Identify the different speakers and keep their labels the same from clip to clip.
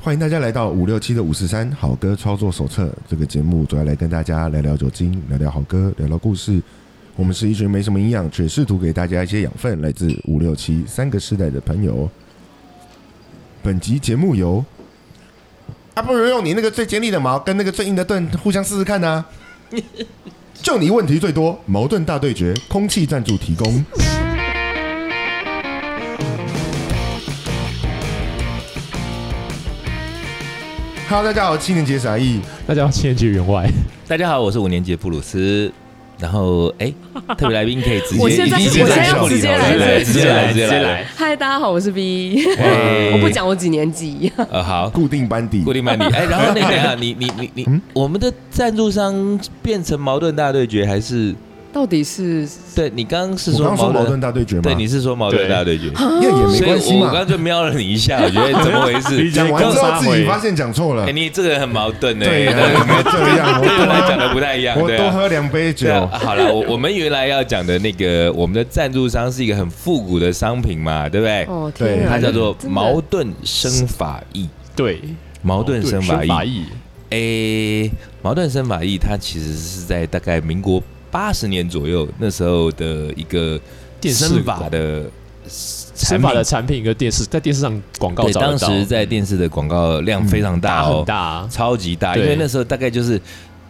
Speaker 1: 欢迎大家来到五六七的五十三好歌操作手册这个节目，主要来跟大家聊聊酒精，聊聊好歌，聊聊故事。我们是一群没什么营养，却试图给大家一些养分，来自五六七三个世代的朋友。本集节目由啊，不如用你那个最尖利的矛跟那个最硬的盾互相试试看呐、啊就你问题最多，矛盾大对决，空气赞助提供。Hello，大家好，七年级的傻义，
Speaker 2: 大家要千去员外，
Speaker 3: 大家好，我是五年级的布鲁斯。然后， 哎，特别来宾可以直接，
Speaker 4: 我现在
Speaker 3: 已经
Speaker 4: 我现在
Speaker 3: 手
Speaker 4: 要
Speaker 3: 里
Speaker 4: 直接
Speaker 3: 头了
Speaker 4: 来
Speaker 3: 对直接来，直
Speaker 2: 直接
Speaker 3: 接
Speaker 2: 来
Speaker 3: 来。
Speaker 4: 嗨，大家好，我是 V，
Speaker 3: 哎
Speaker 4: 我不讲我几年级，
Speaker 3: 呃，好，
Speaker 1: 固定班底
Speaker 3: 固，定班底。哎，然后那个啊，你你你
Speaker 4: 嗯
Speaker 3: 你，我们的赞助商变成矛盾大对决，还是
Speaker 4: 到底是
Speaker 3: 对你刚刚是
Speaker 1: 我刚
Speaker 3: 说
Speaker 1: 刚说矛盾，大对决吗？
Speaker 3: 对，你是说矛盾大对决，
Speaker 1: 因为也没
Speaker 3: 所以
Speaker 1: 关系
Speaker 3: 我
Speaker 1: 嘛
Speaker 3: 刚刚。就瞄了你一下，我觉得怎么回 事
Speaker 2: 理？解
Speaker 1: 讲完之后自己
Speaker 2: 刚刚
Speaker 1: 发现讲错了
Speaker 3: 哎，，你这个人很矛盾呢，
Speaker 1: 对呀，
Speaker 3: 跟
Speaker 1: 怎么这样？我
Speaker 3: 跟我讲
Speaker 1: 多
Speaker 3: 的不太一样，
Speaker 1: 我
Speaker 3: 对
Speaker 1: 多
Speaker 3: 啊。
Speaker 1: 喝两杯
Speaker 2: 哦
Speaker 1: 酒
Speaker 3: 对。啊，好了，我我们原来要讲的那个，我们的赞助商是一个很复古的商品嘛，对不对？
Speaker 4: 哦天
Speaker 1: 对
Speaker 3: 它
Speaker 4: 啊，
Speaker 3: 叫做
Speaker 4: 真的
Speaker 3: 矛盾生法义。
Speaker 2: 对，
Speaker 3: 矛盾生法
Speaker 2: 法
Speaker 3: 义，
Speaker 2: 义，
Speaker 3: 诶、矛盾生法义，它其实是在大概民国八十年左右那时候的一个
Speaker 2: 电视
Speaker 3: 生法的
Speaker 2: 生法的产品跟电视在电视上广告
Speaker 3: 对，
Speaker 2: 找得
Speaker 3: 当
Speaker 2: 到，
Speaker 3: 时在电视的广告量非常大
Speaker 2: 打
Speaker 3: 哦
Speaker 2: 很，大啊，
Speaker 3: 超级大，因
Speaker 2: 对
Speaker 3: 为那时候大概就是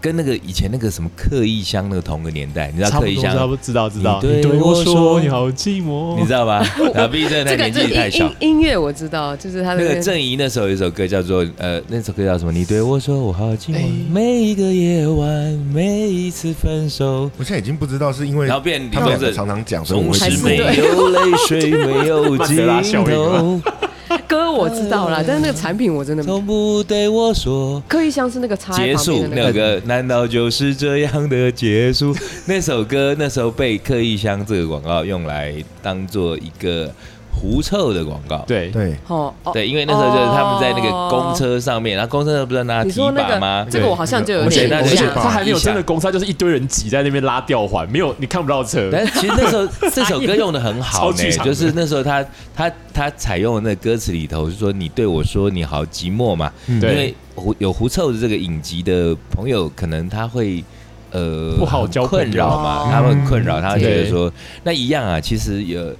Speaker 3: 跟那个以前那个什么刻意香那个同个年代，你知道
Speaker 2: 差不
Speaker 3: 刻
Speaker 2: 多
Speaker 3: 意香
Speaker 2: 差，不多知道知道，
Speaker 3: 你对
Speaker 2: 你对
Speaker 3: 我
Speaker 2: 我
Speaker 3: 说
Speaker 2: 说你好寂寞，
Speaker 3: 你知道 吧？然后毕竟他
Speaker 4: 这个
Speaker 3: 年
Speaker 4: 这
Speaker 3: 纪太
Speaker 4: 音
Speaker 3: 小
Speaker 4: 音。音乐我知道，就是他的
Speaker 3: 那个郑怡那时候有一首歌叫做呃，那首歌叫什么？你对我说我好寂寞，
Speaker 2: 哎
Speaker 3: 每一个夜晚，每一次分手，
Speaker 1: 我现在已经不知道是因为
Speaker 3: 然后变李
Speaker 1: 他们
Speaker 3: 宗
Speaker 1: 两个
Speaker 3: 盛，
Speaker 1: 常常讲，所以我
Speaker 3: 总
Speaker 1: 会
Speaker 3: 是
Speaker 4: 还
Speaker 1: 记
Speaker 4: 是
Speaker 1: 住
Speaker 3: 没有泪水，没 有
Speaker 2: 曼德拉
Speaker 3: 尽
Speaker 2: 效应
Speaker 3: 头，
Speaker 4: 歌我知道
Speaker 3: 嗯
Speaker 4: 啦，但是那个产品我真的没。
Speaker 3: 从不对我说。
Speaker 4: 柯一香是那个插在
Speaker 3: 结
Speaker 4: 旁边
Speaker 3: 束
Speaker 4: 的那
Speaker 3: 那
Speaker 4: 个，
Speaker 3: 个，难道就是这样的结束？ 那首歌那时候被刻意香这个广告用来当做一个狐臭的广告。
Speaker 2: 对，
Speaker 1: 对，
Speaker 4: 哦哦，
Speaker 3: 对，因为那时候就是他们在那个公车上面，然后公车上不是拿
Speaker 4: 你
Speaker 3: 提
Speaker 4: 说那
Speaker 3: 把吗
Speaker 4: 个？这个我好像就有
Speaker 3: 对
Speaker 4: 点
Speaker 3: 那
Speaker 4: 印
Speaker 3: 个
Speaker 2: 而且
Speaker 4: 象，
Speaker 2: 他还没有真
Speaker 3: 一
Speaker 2: 的
Speaker 3: 下
Speaker 2: 公差，就是一堆人挤在那边拉吊环，没有你看不到车，
Speaker 3: 但其实那 时候这首歌用的很
Speaker 2: 超
Speaker 3: 好呢
Speaker 2: 级，长的
Speaker 3: 就是那时候他他他采用的那歌词里头是说你对我说你好寂寞嘛，
Speaker 1: 嗯
Speaker 3: 因为
Speaker 2: 对，
Speaker 3: 狐有狐臭的这个影集的朋友，可能他会呃
Speaker 2: 不好交
Speaker 3: 很
Speaker 2: 朋友
Speaker 3: 困扰嘛
Speaker 4: 哦，
Speaker 3: 他们很困扰，他会觉得
Speaker 2: 对
Speaker 3: 说那一样啊，其实有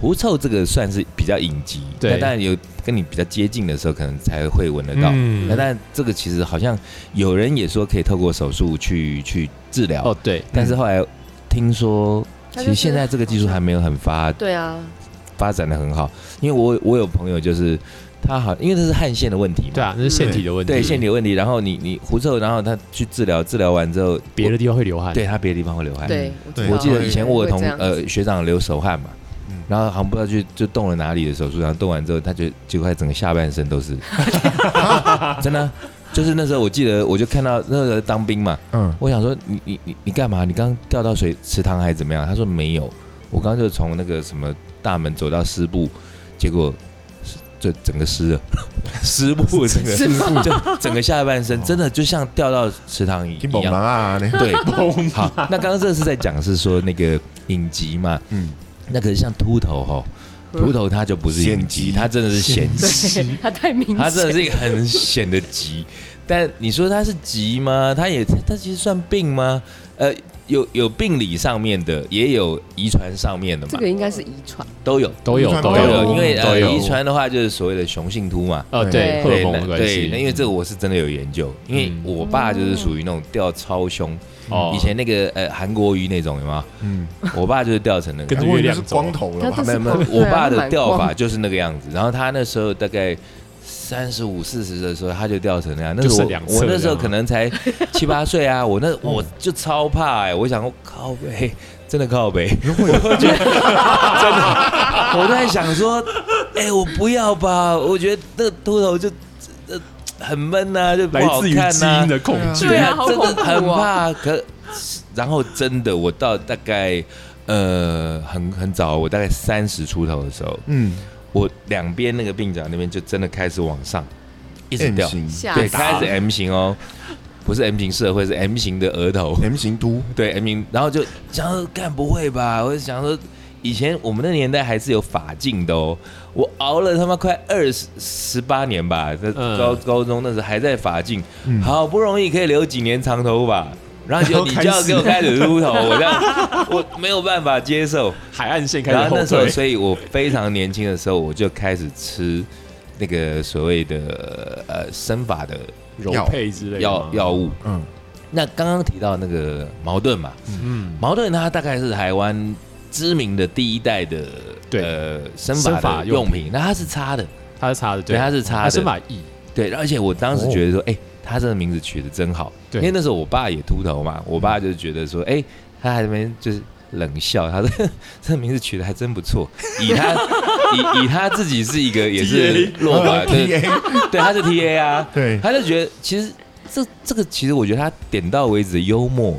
Speaker 3: 狐臭这个算是比较影集，
Speaker 2: 对
Speaker 3: 那当然有跟你比较接近的时候，可能才会闻得到。
Speaker 2: 嗯
Speaker 3: 那但这个其实好像有人也说可以透过手术去去治疗，
Speaker 2: 哦对，
Speaker 3: 但是后来听说，
Speaker 4: 它
Speaker 3: 其
Speaker 4: 就是
Speaker 3: 实现在这个技术还没有很发
Speaker 4: 对啊，
Speaker 3: 发展的很好，因为我我有朋友就是他好，因为这是汗腺的问题嘛，
Speaker 2: 对啊，那是腺体的问题，
Speaker 3: 对腺体的问题，然后你你狐臭，然后他去治疗，治疗完之后，
Speaker 2: 别的地方会流
Speaker 3: 我
Speaker 2: 汗，
Speaker 3: 对他别的地方会流汗。
Speaker 4: 对，知
Speaker 1: 对
Speaker 4: 道
Speaker 3: 嗯我记得以前我有同
Speaker 4: 会这样
Speaker 3: 呃学长流手汗嘛
Speaker 1: 嗯。
Speaker 3: 然后好像不知道去就动了哪里的手术，然后动完之后，他就结果他整个下半身都 是，真的啊、就是那时候我记得我就看到那个当兵嘛，
Speaker 1: 嗯，
Speaker 3: 我想说你你你你干嘛？你刚刚掉到水池塘还是怎么样？他说没有，我刚刚就从那个什么大门走到湿布，结果是就整个湿了，湿布整 个
Speaker 1: 是 吗哦
Speaker 3: 就整个下半身真的就像掉到池塘一
Speaker 1: 听懂了
Speaker 3: 样。
Speaker 1: 啊， 你
Speaker 3: 对，好，那刚刚这是在讲是说那个影集嘛，
Speaker 1: 嗯，
Speaker 3: 那可是像秃头吼，秃头它就不是影
Speaker 1: 显
Speaker 3: 集，
Speaker 1: 集
Speaker 3: 它真的是显集
Speaker 4: 对，他 太明显，
Speaker 3: 它真的是一个很显的疾。但你说它是疾吗？它也它其实算病吗？呃，有有病理上面的，也有遗传上面的嘛
Speaker 4: 这，个应该是遗传，
Speaker 3: 都有
Speaker 2: 都有
Speaker 1: 都
Speaker 2: 都
Speaker 3: 都有。
Speaker 2: 有，
Speaker 3: 因为
Speaker 2: 都
Speaker 3: 呃，
Speaker 2: 有
Speaker 3: 遗传的话就是所谓的雄性秃嘛。
Speaker 2: 呃
Speaker 4: 对
Speaker 2: 对荷尔蒙的
Speaker 3: 那
Speaker 2: 关
Speaker 3: 对，
Speaker 2: 系，
Speaker 3: 那因为这个我是真的有研究，因为
Speaker 2: 嗯
Speaker 3: 我爸就是属于那种掉超凶，
Speaker 2: 哦
Speaker 3: 以前那个呃韩国瑜那种有吗？
Speaker 1: 嗯，
Speaker 3: 我爸就是掉成那个
Speaker 2: 跟
Speaker 1: 不
Speaker 2: 着。
Speaker 1: 过
Speaker 2: 月
Speaker 1: 应该
Speaker 2: 亮
Speaker 1: 是
Speaker 2: 走
Speaker 1: 光头了吧
Speaker 4: 他这？
Speaker 3: 没
Speaker 4: 是
Speaker 3: 有没有
Speaker 4: 光，
Speaker 3: 我爸
Speaker 4: 对啊
Speaker 3: 的掉
Speaker 4: 蛮
Speaker 3: 法
Speaker 4: 光
Speaker 3: 就是那个样子。然后他那时候大概三十五、四十的时候，他就掉成那样。那时
Speaker 2: 就
Speaker 3: 候
Speaker 2: 剩
Speaker 3: 我
Speaker 2: 两嗯侧
Speaker 3: 我那
Speaker 2: 这
Speaker 3: 时候
Speaker 2: 样啊
Speaker 3: 可 能才七八岁啊，我那我就超怕哎、我想说靠背，真的靠背，
Speaker 1: 如果有
Speaker 3: 我在想说，哎、我不要吧，我觉得那秃头就呃很闷呐、就不
Speaker 2: 来
Speaker 3: 好
Speaker 2: 自于
Speaker 3: 看啊
Speaker 2: 基
Speaker 3: 呐、
Speaker 2: 因的恐惧，
Speaker 4: 对啊好
Speaker 3: 真
Speaker 4: 恐
Speaker 3: 的
Speaker 4: 怖
Speaker 3: 很
Speaker 4: 哦
Speaker 3: 怕。可然后真的，我到大概呃很很早，我大概三十出头的时候。
Speaker 1: 嗯
Speaker 3: 我两边那个鬓角那边就真的开始往上，一直
Speaker 1: M
Speaker 3: 掉，
Speaker 1: 型
Speaker 4: 吓
Speaker 3: 对，
Speaker 4: 死
Speaker 3: 开始 M 型哦，不是 M 型社会，是 M 型的额头，
Speaker 1: M 型秃，
Speaker 3: 对 M 型，然后就想说干不会吧，我就想说以前我们那年代还是有法镜的哦，我熬了他妈快二十十八年吧，在
Speaker 2: 嗯
Speaker 3: 高、高中那时候还在法镜，
Speaker 1: 嗯
Speaker 3: 好不容易可以留几年长头发，然后
Speaker 1: 然
Speaker 3: 就
Speaker 1: 后
Speaker 3: 你
Speaker 1: 开
Speaker 3: 就
Speaker 1: 始
Speaker 3: 要给我开始秃头，我这样我没有办法接受。
Speaker 2: 海岸线开始
Speaker 3: 然后
Speaker 2: 后
Speaker 3: 那时候，
Speaker 2: 退，
Speaker 3: 所以我非常年轻的时候，我就开始吃那个所谓的呃生发的
Speaker 2: 柔
Speaker 1: 药
Speaker 2: 配之类的
Speaker 3: 药
Speaker 2: 吗
Speaker 3: 药物。
Speaker 1: 嗯，
Speaker 3: 那刚刚提到那个矛盾嘛，
Speaker 2: 嗯，
Speaker 3: 矛盾它大概是台湾知名的第一代的
Speaker 2: 对
Speaker 3: 呃生
Speaker 2: 生
Speaker 3: 发
Speaker 2: 发
Speaker 3: 的
Speaker 2: 用
Speaker 3: 用
Speaker 2: 品
Speaker 3: 品，那它是擦的，
Speaker 2: 他是擦的，
Speaker 3: 对，它是擦
Speaker 2: 他
Speaker 3: 的，
Speaker 2: 是买意，
Speaker 3: 对，而且我当时
Speaker 1: 哦
Speaker 3: 觉得说，哎、他这个名字取得真好，
Speaker 2: 对嗯
Speaker 3: 因为那时候我爸也秃头嘛，我爸就觉得说，哎、他还在那边就是冷笑，他说 这名字取得还真不错，以他以以他自己是一个也是
Speaker 2: TA
Speaker 3: 落马，
Speaker 1: 啊 T
Speaker 3: 对
Speaker 1: A
Speaker 3: 对，他是 T A 啊，
Speaker 1: 对，
Speaker 3: 他就觉得其实这这个其实我觉得他点到为止的幽默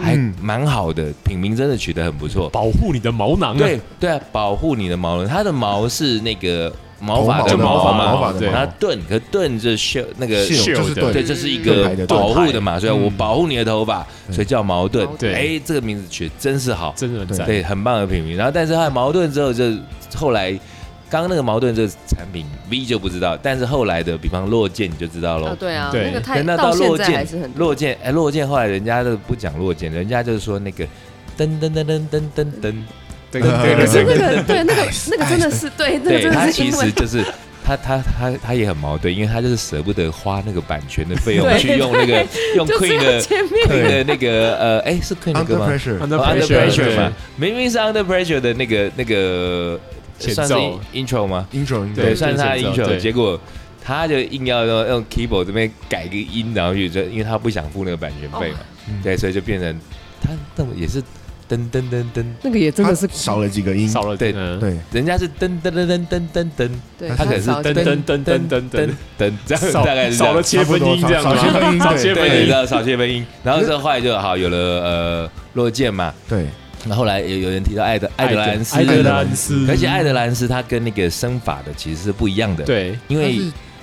Speaker 3: 还
Speaker 1: 嗯
Speaker 3: 蛮好的，品名真的取得很不错，
Speaker 2: 保护你的毛囊啊，
Speaker 3: 对对啊，保护你的毛人，它的毛是那个毛发
Speaker 2: 就
Speaker 3: 的
Speaker 2: 毛发
Speaker 3: 嘛，
Speaker 2: 毛
Speaker 1: 发
Speaker 2: 发
Speaker 1: 的
Speaker 2: 对
Speaker 1: 毛
Speaker 3: 然后盾，可盾这秀那个
Speaker 2: 是
Speaker 1: 秀就是
Speaker 2: 秀的
Speaker 1: 对
Speaker 3: 对，这是一个
Speaker 1: 盾牌的盾
Speaker 3: 保护的嘛，所以我
Speaker 2: 嗯
Speaker 3: 保护你的头发，
Speaker 1: 对
Speaker 3: 所以叫矛盾
Speaker 4: 矛。
Speaker 2: 盾
Speaker 3: 哎，这个名字取得真是好，
Speaker 2: 真的很
Speaker 1: 对
Speaker 2: 赞，
Speaker 3: 对，很棒的品名。然后，但是它的矛盾之后就后来，刚刚那个矛盾这个产品 V 就不知道，但是后来的，比方落剑你就知道
Speaker 4: 啊
Speaker 3: 喽。
Speaker 4: 对啊，
Speaker 2: 对
Speaker 4: 那个太
Speaker 3: 等到
Speaker 4: 到现
Speaker 3: 落
Speaker 4: 在
Speaker 3: 剑
Speaker 4: 还是很多
Speaker 3: 落剑，哎，落剑后来人家都不讲落剑，人家就是说那个噔噔噔噔噔噔噔。
Speaker 4: 嗯
Speaker 2: 对
Speaker 1: 对对
Speaker 4: 可是
Speaker 1: 对
Speaker 4: 那 个对那个那个真的是对那个
Speaker 3: 对
Speaker 4: 真
Speaker 3: 他
Speaker 4: 的是
Speaker 3: 其
Speaker 4: 英
Speaker 3: 实
Speaker 4: 文
Speaker 3: 就是他他他他也很矛盾，因为他就是舍不得花那个版权的费用
Speaker 4: 对
Speaker 3: 去用那个用
Speaker 4: 就
Speaker 3: Queen
Speaker 4: 是
Speaker 3: 的
Speaker 4: 前面
Speaker 3: Queen 的那个呃，哎是 Queen 的
Speaker 1: Under
Speaker 3: 歌吗
Speaker 1: Pressure，
Speaker 2: Under
Speaker 3: 哦
Speaker 2: Pressure，对
Speaker 3: 嘛，明明是 Under Pressure 的那个那个
Speaker 2: 前
Speaker 3: 算是
Speaker 2: 奏
Speaker 3: intro 吗？
Speaker 1: intro 应该
Speaker 2: 对
Speaker 3: 算是他的
Speaker 2: 前奏对
Speaker 3: intro，结果。他就硬要用用 keyboard 这边改个音，然后就因为他不想付那个版权费嘛，对，所以就变成他那么也是噔噔噔噔，
Speaker 4: 那个也真的是
Speaker 1: 它少了几个音，
Speaker 2: 少了
Speaker 3: 对
Speaker 2: 嗯
Speaker 1: 对，
Speaker 3: 人家是噔噔噔噔噔噔噔，
Speaker 4: 对，
Speaker 1: 他
Speaker 3: 他可能是
Speaker 4: 少了
Speaker 2: 噔噔噔噔噔噔，
Speaker 3: 噔，这 样
Speaker 2: 少
Speaker 3: 大概是这
Speaker 2: 少
Speaker 3: 样
Speaker 2: 了切分音这样
Speaker 1: 差不多
Speaker 2: 吗
Speaker 1: 少切分音对
Speaker 2: 少切分
Speaker 3: 对，
Speaker 2: 音，
Speaker 3: 要少些分音。然后这后来就好有了呃落剑嘛，
Speaker 1: 对，
Speaker 3: 然后后来有有人提到爱德爱德兰斯，
Speaker 2: 爱德
Speaker 1: 兰
Speaker 2: 兰斯，
Speaker 3: 而且爱德兰斯他跟那个生法的其实是不一样的，，
Speaker 2: 对
Speaker 3: 因为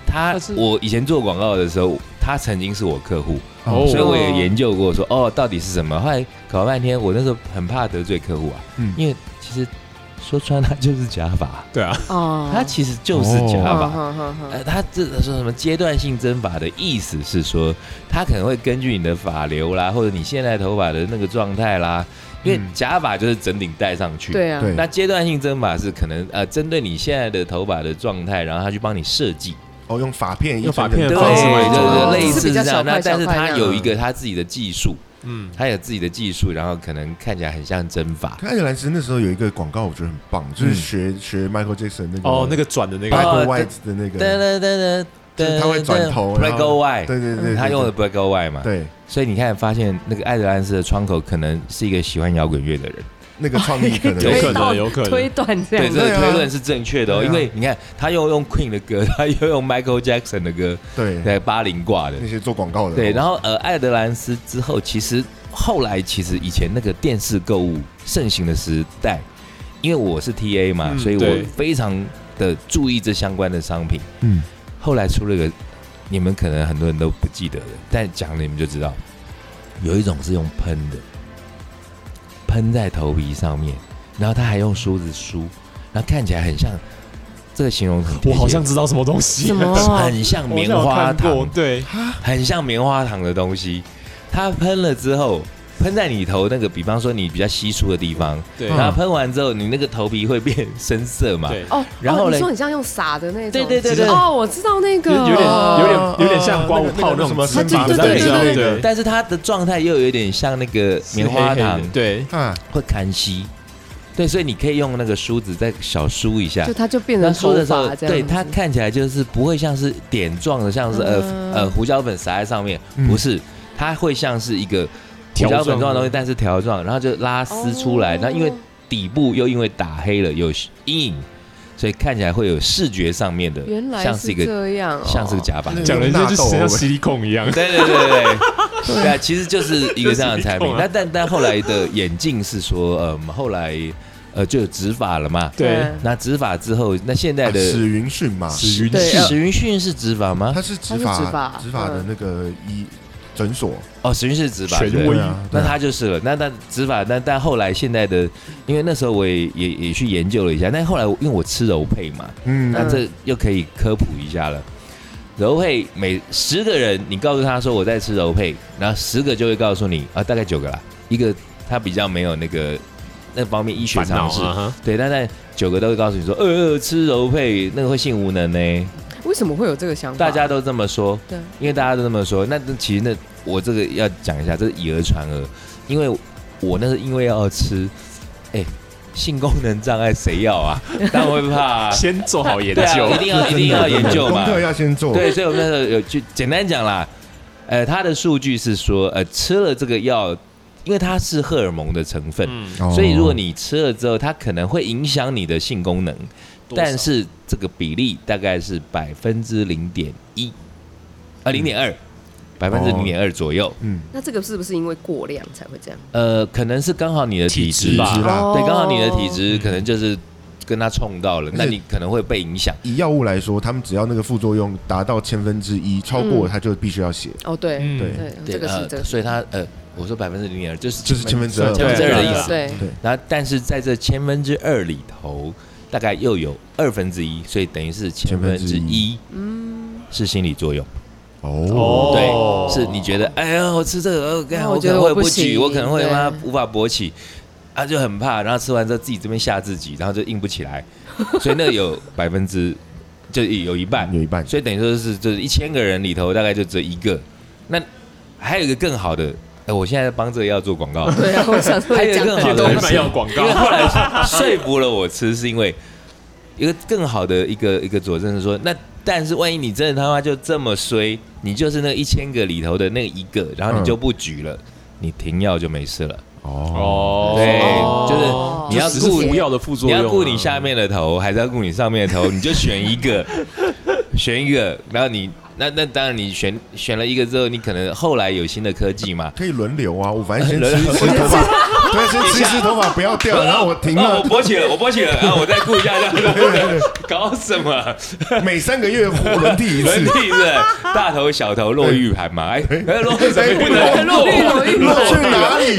Speaker 3: 他
Speaker 2: 他是
Speaker 3: 我以前做广告的时候，他曾经是我客户，
Speaker 2: 哦
Speaker 3: 所以我也研究过说哦到底是什么。后来搞了半天，我那时候很怕得罪客户啊，
Speaker 1: 嗯
Speaker 3: 因为其实说穿他就是假发，
Speaker 2: 对啊，
Speaker 4: 哦，
Speaker 3: 他其实就是假
Speaker 1: 爸
Speaker 3: 发。
Speaker 4: 嗯哼哼哼
Speaker 3: 呃，他这说什么阶段性增法的意思是说，他可能会根据你的发流啦，或者你现在头发的那个状态啦，因为
Speaker 1: 嗯
Speaker 3: 假发就是整顶戴上去。。
Speaker 4: 对啊，
Speaker 1: 对
Speaker 3: 那阶段性增法是可能呃，针对你现在的头发的状态，然后他去帮你设计，
Speaker 1: 哦用法片，
Speaker 2: 用法片
Speaker 3: 对，
Speaker 2: 的
Speaker 3: 就
Speaker 2: 方式
Speaker 1: 啊
Speaker 2: 来做
Speaker 3: 是类
Speaker 4: 就是
Speaker 3: 似
Speaker 4: 比
Speaker 3: 这
Speaker 4: 较
Speaker 3: 样。
Speaker 4: 小
Speaker 3: 那
Speaker 4: 块
Speaker 3: 但是
Speaker 4: 小块
Speaker 3: 他
Speaker 4: 那样
Speaker 3: 有一个他自己的技术，
Speaker 2: 嗯，
Speaker 3: 他有自己的技术，然后可能看起来很像真发。
Speaker 1: 可艾德兰斯那时候有一个广告，我觉得很棒，就是
Speaker 3: 嗯
Speaker 1: 学学 Michael Jackson 那个
Speaker 2: 哦，那个转的那
Speaker 1: Black
Speaker 2: 个，
Speaker 1: and
Speaker 3: 哦
Speaker 1: White 的那
Speaker 3: 噔
Speaker 1: 个，
Speaker 3: 噔噔
Speaker 1: 就是
Speaker 3: 噔，
Speaker 1: 他会转头然
Speaker 3: ，black
Speaker 1: 后
Speaker 3: or white，嗯
Speaker 1: 对对对，
Speaker 3: 他用的
Speaker 1: 的
Speaker 3: black or white 嘛，
Speaker 1: 对
Speaker 3: 所以你看，发现那个艾德兰斯的窗口可能是一个喜欢摇滚乐的人，
Speaker 1: 那个创意可 能
Speaker 2: 有可
Speaker 4: 推到
Speaker 2: 能，有可
Speaker 4: 推
Speaker 2: 能，
Speaker 4: 断这
Speaker 3: 对这
Speaker 4: 样子，
Speaker 1: 对
Speaker 3: 个
Speaker 1: 啊
Speaker 3: 推论是正确的哦。
Speaker 1: 对啊
Speaker 3: 因为你看，他又用 Queen 的歌，他又用 Michael Jackson 的歌，
Speaker 1: 对
Speaker 3: 对八零挂的，
Speaker 1: 那些做广告的，
Speaker 2: 哦
Speaker 3: 对。然
Speaker 1: 后
Speaker 3: 后呃，艾德兰斯之后，其实后来其实以前那个电视购物盛行的时代，因为我是 TA 嘛，
Speaker 2: 嗯
Speaker 3: 所以
Speaker 2: 对
Speaker 3: 我非常的注意这相关的商品。
Speaker 1: 嗯，
Speaker 3: 后来出了个，你们可能很多人都不记得的，但讲了你们就知道，有一种是用喷的，喷在头皮上面，然后他还用梳子梳，然后看起来很像，这个形容很贴
Speaker 2: 我
Speaker 3: 切
Speaker 2: 好像知道什么东西
Speaker 4: 什，么
Speaker 3: 很像
Speaker 2: 哦我好像
Speaker 3: 棉
Speaker 2: 有
Speaker 3: 花
Speaker 2: 看过
Speaker 3: 糖，
Speaker 2: 对，
Speaker 3: 很像棉花糖的东西，它喷了之后。喷在你头那个，比方说你比较稀疏的地方，
Speaker 2: 对
Speaker 1: 嗯
Speaker 3: 然后喷完之后，你那个头皮会变深色嘛？
Speaker 2: 对，
Speaker 4: 哦，
Speaker 3: 然后
Speaker 4: 哦
Speaker 3: 嘞
Speaker 4: 你说很像用撒的那种，
Speaker 3: 对对对
Speaker 2: 对
Speaker 4: 哦，我知道那个，
Speaker 2: 有点
Speaker 4: 哦
Speaker 2: 有点有点像刮
Speaker 1: 光
Speaker 2: 胡泡啊那
Speaker 1: 什么
Speaker 2: 种
Speaker 1: 生
Speaker 2: 生
Speaker 1: 发
Speaker 2: 发的
Speaker 4: 对对
Speaker 2: 感
Speaker 4: 对
Speaker 2: 觉，
Speaker 4: 对
Speaker 2: 对
Speaker 3: 但是它的状态又有点像那个棉花
Speaker 2: 是黑黑的
Speaker 3: 糖，
Speaker 2: 对，
Speaker 1: 啊，
Speaker 3: 会砍息，对，所以你可以用那个梳子再小梳一下
Speaker 4: 就。它就变
Speaker 3: 那
Speaker 4: 成
Speaker 3: 梳
Speaker 4: 头
Speaker 3: 的时候
Speaker 4: 发，这样，
Speaker 3: 对它，看起来就是不会像是点状的，像是呃
Speaker 4: 嗯
Speaker 3: 呃胡椒粉撒在上面，
Speaker 1: 嗯
Speaker 3: 不是，它会像是一个胡
Speaker 2: 条
Speaker 3: 椒粉状的
Speaker 2: 状，
Speaker 3: 东西
Speaker 2: 的
Speaker 3: 但是条状，然后就拉丝出
Speaker 4: 哦
Speaker 3: 来，那因为底部又因为打黑了有阴影，所以看起来会有视觉上面的
Speaker 4: 原，来
Speaker 3: 像是
Speaker 4: 是
Speaker 3: 一个
Speaker 4: 这样，哦
Speaker 3: 像是个，假发
Speaker 1: 那。
Speaker 2: 讲人家就是
Speaker 1: 啊
Speaker 2: 像吸力控一样，
Speaker 3: 对对对对对，对啊，其实就是一个这样的产 品
Speaker 2: 就是一种啊。
Speaker 3: 那但但后来的眼镜是说，嗯，后来呃就有植发了嘛。
Speaker 2: 对，
Speaker 3: 那植发之后，那现在的
Speaker 1: 史云迅嘛，
Speaker 2: 史云
Speaker 4: 对
Speaker 2: 迅
Speaker 4: 呃
Speaker 3: 史云迅是植发吗？
Speaker 1: 啊他是执
Speaker 4: 他是
Speaker 1: 法
Speaker 4: 执法
Speaker 1: 执法的
Speaker 4: 嗯
Speaker 1: 那个医诊所，
Speaker 3: 哦，史军是直法，
Speaker 2: 权
Speaker 3: 对
Speaker 2: 威
Speaker 1: 对啊，对啊
Speaker 3: 那他就是了。那那执法，那但后来现在的，因为那时候我也也也去研究了一下，但后来我因为我吃柔配嘛，
Speaker 1: 嗯
Speaker 3: 那这又可以科普一下了。柔配每十个人，你告诉他说我在吃柔配，然后十个就会告诉你啊，大概九个啦，一个他比较没有那个那方面医学
Speaker 2: 烦恼
Speaker 3: 常识，
Speaker 2: 啊哈，，
Speaker 3: 对，但在九个都会告诉你说，呃，吃柔配那个会性无能呢、
Speaker 4: 为什么会有这个想法？
Speaker 3: 大家都这么说，
Speaker 4: 对，
Speaker 3: 因为大家都这么说，那那其实那我这个要讲一下，这是以讹传讹，因为我那是因为要吃，哎、性功能障碍谁要啊？当然会怕、啊
Speaker 2: 先做好研
Speaker 3: 对啊，
Speaker 2: 究
Speaker 3: 一，定 要一定要研究嘛
Speaker 1: 功，课要先做，
Speaker 3: 对，所以我们那时候有就简单讲啦，呃，它的数据是说，呃，吃了这个药，因为它是荷尔蒙的成分，
Speaker 2: 嗯，
Speaker 1: 哦，
Speaker 3: 所以如果你吃了之后，它可能会影响你的性功能，但是这个比例大概是百分之零点一，啊，零点二，百分之零点二左右。
Speaker 1: 嗯，
Speaker 4: 那这个是不是因为过量才会这样？
Speaker 3: 呃，可能是刚好你的体质
Speaker 2: 体质
Speaker 3: 吧，哦
Speaker 1: 是啦
Speaker 4: 哦
Speaker 3: 对，刚好你的体质
Speaker 2: 嗯
Speaker 3: 可能就是跟它冲到了，那你可能会被影响。
Speaker 1: 以药物来说，他们只要那个副作用达到千分之一，超过
Speaker 3: 嗯
Speaker 1: 他就必须要写，
Speaker 4: 哦，对
Speaker 2: 嗯
Speaker 1: 对
Speaker 4: 对，
Speaker 3: 对，
Speaker 4: 这个是
Speaker 3: 呃
Speaker 4: 这个是
Speaker 3: 所以它呃，我说百分之零点二，就是
Speaker 1: 就是千分之二
Speaker 3: 千分之二的意思。
Speaker 4: 哎对
Speaker 1: 对
Speaker 3: 然后，但是在这千分之二里头，大概又有二分之一，所以等于是千分之一
Speaker 4: 嗯，
Speaker 3: 是心理作用。
Speaker 1: 哦，
Speaker 2: 哦
Speaker 3: 对，是你觉得，哎呀，我吃这个，呃干、
Speaker 4: 那
Speaker 3: 我
Speaker 4: 我
Speaker 3: 可
Speaker 4: 觉
Speaker 3: 能
Speaker 4: 得
Speaker 3: 会
Speaker 4: 我不
Speaker 3: 举，
Speaker 4: 行
Speaker 3: 我可能会
Speaker 4: 对
Speaker 3: 妈无法勃起，啊，就很怕，然后吃完之后自己这边吓自己，然后就硬不起来，所以那有百分之就有一半，
Speaker 1: 有一半，
Speaker 3: 所以等于说是就是一千个人里头大概就只有一个，那还有一个更好的，哎、我现在在帮这个药 做广告，
Speaker 4: 对啊，我想说
Speaker 3: 还有
Speaker 4: 你讲
Speaker 3: 更
Speaker 4: 的
Speaker 3: 好的
Speaker 2: 都
Speaker 4: 东
Speaker 2: 还
Speaker 4: 西
Speaker 2: 蛮要广
Speaker 3: 因为
Speaker 2: 告，
Speaker 3: 后来说服了我吃，是因为一个更好的一个一个佐证是说，那但是万一你真的他妈就这么衰，你就是那一千个里头的那一个，然后你就不举
Speaker 2: 嗯
Speaker 3: 了，你停药就没事了。
Speaker 1: 哦，
Speaker 2: 哦，
Speaker 3: 对就是
Speaker 4: 哦
Speaker 3: 你要
Speaker 2: 只是
Speaker 3: 顾
Speaker 2: 服药的副作
Speaker 3: 你
Speaker 2: 用啊，
Speaker 3: 要顾你下面的头，还是要顾你上面的头？你就选一个， 选一个，然后你那那当然你选选了一个之后，你可能后来有新的科技嘛。
Speaker 1: 可以轮流啊，我反正先
Speaker 3: 轮
Speaker 1: 吃一
Speaker 3: 流
Speaker 1: 吃头发，对，先吃一吃头发不要掉，然后我停
Speaker 3: 啊
Speaker 1: 了
Speaker 3: 我，勃起了，我勃起了，啊然后我再顾一下，这样搞什么？
Speaker 1: 每三个月轮替一
Speaker 3: 轮
Speaker 1: 次。
Speaker 3: 替是大头小头落玉盘嘛？哎，哎落玉盘不
Speaker 1: 哎
Speaker 3: 能
Speaker 4: 落玉
Speaker 3: 落
Speaker 4: 落
Speaker 3: 玉
Speaker 4: 玉
Speaker 1: 落去
Speaker 3: 盘
Speaker 1: 哪里？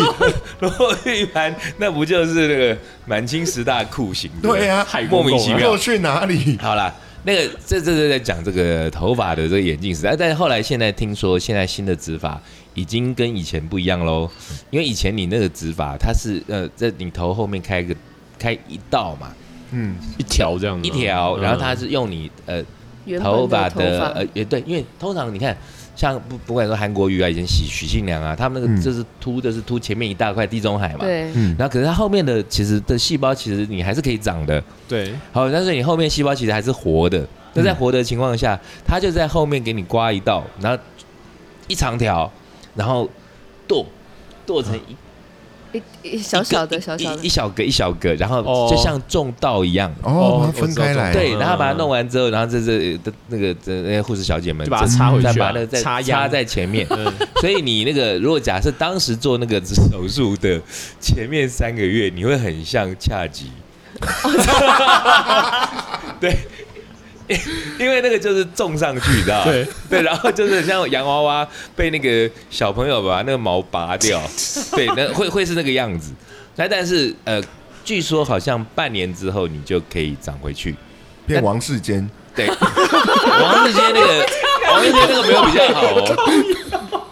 Speaker 3: 落玉盘，那不就是那个满清十大酷刑？不
Speaker 1: 对啊
Speaker 2: 海
Speaker 3: 莫
Speaker 2: 公公啊
Speaker 3: 名其妙
Speaker 1: 落。去哪里？
Speaker 3: 好啦，那个这这是在讲这个头发的这个眼镜时代，但后来现在听说现在新的植发已经跟以前不一样喽，因为以前你那个植发它是呃在你头后面开一个开一道嘛，
Speaker 1: 嗯，
Speaker 2: 一条这样嗯子，
Speaker 3: 一条，然后它
Speaker 2: 他
Speaker 3: 是用你呃
Speaker 4: 原本
Speaker 3: 头发
Speaker 4: 的
Speaker 3: 的
Speaker 4: 头
Speaker 3: 呃也对，因为通常你看像不不管说韩国瑜啊，以前许许信良啊，他们那
Speaker 1: 嗯
Speaker 3: 个就是秃，就是秃前面一大块地中海嘛。。
Speaker 4: 对，
Speaker 1: 嗯
Speaker 3: 然后可是它后面的其实的细胞其实你还是可以长的，
Speaker 2: 对，
Speaker 3: 好，但是你后面细胞其实还是活的。那在活的情况下，它就在后面给你刮一道，然后一长条，然后剁剁成一
Speaker 4: 一一啊小小的小小
Speaker 3: 一一
Speaker 4: 的，
Speaker 3: 小格一小格，然后
Speaker 2: 哦
Speaker 3: 就像种稻一样。
Speaker 1: 哦，把它分开来，
Speaker 3: 对，
Speaker 2: 嗯
Speaker 3: 然后把它弄完之后，然后这这这那个这那些护士小姐们
Speaker 2: 就把它
Speaker 3: 再
Speaker 2: 插回去啊
Speaker 3: 再把那个再
Speaker 2: 插秧
Speaker 3: 插在前面。
Speaker 2: 嗯
Speaker 3: 所以你那个如果假设当时做那个手术的前面三个月，你会很像恰吉。 对，因为那个就是种上去，你知道吗？
Speaker 2: 对
Speaker 3: 对，然后就是像洋娃娃被那个小朋友把那个毛拔 掉，对，那会会是那个样子。那但是呃，据说好像半年之后你就可以长回去。
Speaker 1: 变王世坚，
Speaker 3: 对，王世坚那 个，王世坚那个没有比较好哦，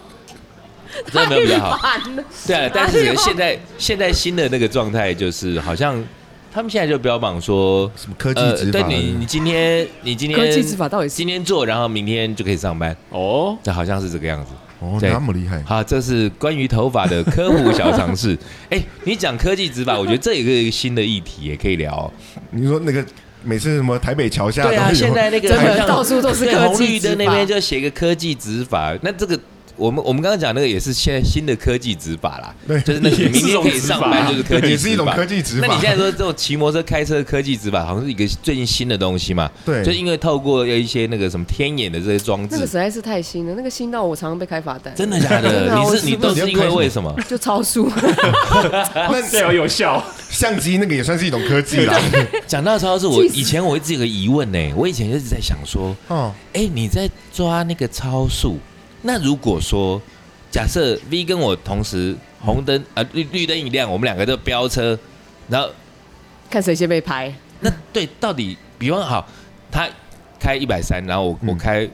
Speaker 3: 真的没有比较 好。
Speaker 4: 烦了，
Speaker 3: 对啊，但是现在现在新的那个状态就是，好像他们现在就标榜说，
Speaker 1: 什么科技
Speaker 3: 呃，
Speaker 1: 执
Speaker 3: 对
Speaker 1: 法？
Speaker 3: 你你今天你今天
Speaker 4: 科技执法到底是
Speaker 3: 今天做，然后明天就可以上班，
Speaker 2: 哦，
Speaker 3: 这好像是这个样子。
Speaker 1: 哦，
Speaker 3: 对
Speaker 1: 那么厉害，
Speaker 3: 好，这是关于头发的科普小常 识。哎，你讲科技执法，我觉得这也是一个新的议题，也可以聊哦。
Speaker 1: 你说那个每次什么台北桥下都
Speaker 3: 对啊，
Speaker 1: 有
Speaker 3: 现在那个
Speaker 4: 真
Speaker 3: 好像
Speaker 4: 的到处都是
Speaker 3: 对
Speaker 4: 科
Speaker 3: 红
Speaker 4: 技
Speaker 3: 绿灯
Speaker 4: 执
Speaker 3: 那
Speaker 4: 法
Speaker 3: 边就写个科技执法，那这个。我们我们刚刚讲那个也是现在新的科技执法啦，
Speaker 1: 对
Speaker 3: 就是那个
Speaker 2: 也是
Speaker 3: 明天可以上班就是科技执法，
Speaker 1: 也是一种科技执法
Speaker 3: 那你现在说这种骑摩托车开车的科技执法，好像是一个最近新的东西嘛？
Speaker 1: 对
Speaker 3: 就因为透过一些那个什么天眼的这些装
Speaker 4: 那个
Speaker 3: 置
Speaker 4: 实，在是太新了，那个新到我常常被开罚单，
Speaker 3: 真的假
Speaker 4: 真
Speaker 3: 的？
Speaker 4: 的啊
Speaker 3: 你
Speaker 4: 我
Speaker 3: 是你
Speaker 4: 时不
Speaker 3: 都
Speaker 1: 时
Speaker 3: 是因为为什么？
Speaker 4: 就 超速，
Speaker 1: 那
Speaker 2: 这
Speaker 3: 啊
Speaker 2: 有有效，
Speaker 1: 相机那个也算是一种科技啦。
Speaker 3: 讲到超市，我
Speaker 4: 气死
Speaker 3: 以前我一直有个疑问呢、我以前一直在想说，
Speaker 1: 哦，
Speaker 3: 哎、你在抓那个超速，那如果说假设 V 跟我同时红灯啊、绿绿灯一亮，我们两个都飙车，然后
Speaker 4: 看谁先被拍。
Speaker 3: 那对到底，比方好，他开一百三，然后我我
Speaker 1: 嗯
Speaker 3: 开、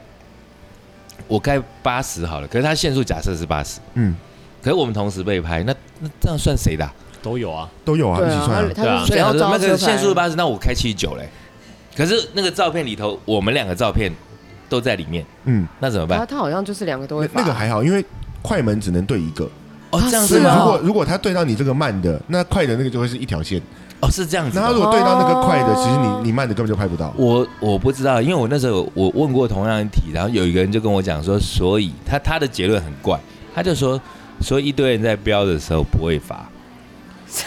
Speaker 3: 我开八十好了，可是他限速假设是八十，
Speaker 1: 嗯，
Speaker 3: 可是我们同时被拍，那那这样算谁的啊、
Speaker 2: 都有 啊，
Speaker 1: 都有啊，
Speaker 4: 对
Speaker 1: 一起
Speaker 4: 啊，
Speaker 1: 算啊
Speaker 4: 他他
Speaker 2: 对
Speaker 4: 只
Speaker 3: 所以
Speaker 4: 要
Speaker 3: 好像
Speaker 4: 招
Speaker 3: 那
Speaker 4: 车
Speaker 3: 个限速
Speaker 4: 牌，
Speaker 3: 八十，那我开七十九嘞。可是那个照片里头，我们两个照片都在里面，
Speaker 1: 嗯，
Speaker 3: 那怎么
Speaker 4: 他
Speaker 3: 办？
Speaker 4: 他好像就是两个都会
Speaker 1: 那
Speaker 4: 罚
Speaker 1: 那个还好，因为快门只能对一个，
Speaker 3: 哦，这样
Speaker 4: 是
Speaker 1: 所
Speaker 3: 子
Speaker 4: 啊
Speaker 1: 以
Speaker 4: 吗
Speaker 1: 如
Speaker 3: 吗？
Speaker 1: 果如果他对到你这个慢的，那快的那个就会是一条 线。
Speaker 3: 哦，是这样子
Speaker 1: 那他如
Speaker 3: 的。
Speaker 1: 果对到那个快的，
Speaker 4: 哦
Speaker 1: 其实你你慢的根本就拍不到。
Speaker 3: 我我不知道，因为我那时候我问过同样的题，然后有一个人就跟我讲说，所以他他的结论很怪，他就说，所以一堆人在飙的时候不会罚，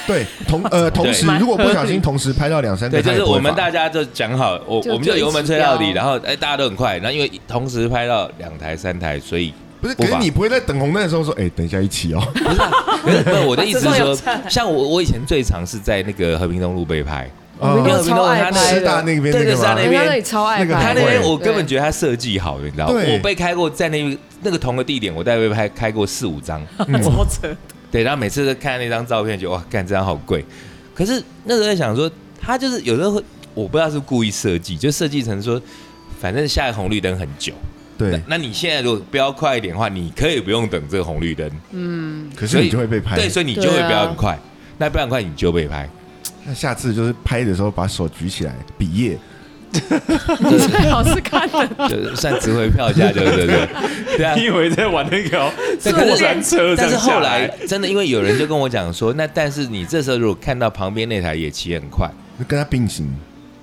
Speaker 1: 对，同呃同时
Speaker 4: 对
Speaker 1: 如果不小 心同时拍到两三个，
Speaker 3: 对，就
Speaker 1: 他
Speaker 3: 是
Speaker 1: 也不会
Speaker 3: 我们
Speaker 1: 罚
Speaker 3: 大家就讲好，我
Speaker 4: 就
Speaker 3: 我们就
Speaker 4: 就一起
Speaker 3: 油门吹到底，
Speaker 4: 飙
Speaker 3: 然后哎大家都很快，然后因为同时拍到两台三台，所以
Speaker 1: 不是，可
Speaker 3: 不
Speaker 1: 是
Speaker 3: 罚
Speaker 1: 你不会在等红灯的时候说，哎，等一下一起哦。
Speaker 3: 不是、啊，可是不是我的意思是
Speaker 4: 这段有
Speaker 3: 说
Speaker 4: 差，
Speaker 3: 像我我以前最常是在那个和平东路被拍，
Speaker 4: 我们
Speaker 1: 哦
Speaker 4: 那个超爱拍
Speaker 1: 师大
Speaker 4: 的，
Speaker 1: 那边
Speaker 3: 对
Speaker 1: 那个
Speaker 3: 对
Speaker 1: 吗
Speaker 3: 是啊
Speaker 4: 人家那里超爱
Speaker 1: 那个
Speaker 4: 拍
Speaker 3: 他
Speaker 1: 很
Speaker 4: 的，
Speaker 3: 那边
Speaker 1: 会
Speaker 3: 我
Speaker 4: 对
Speaker 3: 根本觉得他设计好的，你知道吗？
Speaker 1: 对
Speaker 3: 我被开过在那那个同个地点，我大概被拍开过四五张，
Speaker 1: 嗯
Speaker 2: 超 扯，
Speaker 3: 对，然后每次都看那张照片，就哇，干这张好贵。可是那时候在想说，他就是有时候会，我不知道是故意设计，就设计成说，反正下一个红绿灯很久。那
Speaker 1: 对，
Speaker 3: 那你现在如果飙快一点的话，你可以不用等这个红绿灯，
Speaker 4: 嗯，
Speaker 1: 可是你就会被拍。
Speaker 3: 对，所以你就会飙很快。
Speaker 2: 啊
Speaker 3: 那飙很快你就被拍，
Speaker 1: 那下次就是拍的时候把手举起来，比耶。
Speaker 4: 最好是看
Speaker 1: 嗯
Speaker 4: 的，
Speaker 3: 就算值回票价，对不对？ 对对啊
Speaker 2: 你。以为在玩那个哦
Speaker 3: 但
Speaker 2: 过
Speaker 3: 可是
Speaker 2: 山车这
Speaker 3: 但
Speaker 2: 样下来？
Speaker 3: 是后来真的，因为有人就跟我讲说，那但是你这时候如果看到旁边那台也骑很快，
Speaker 1: 跟他并行，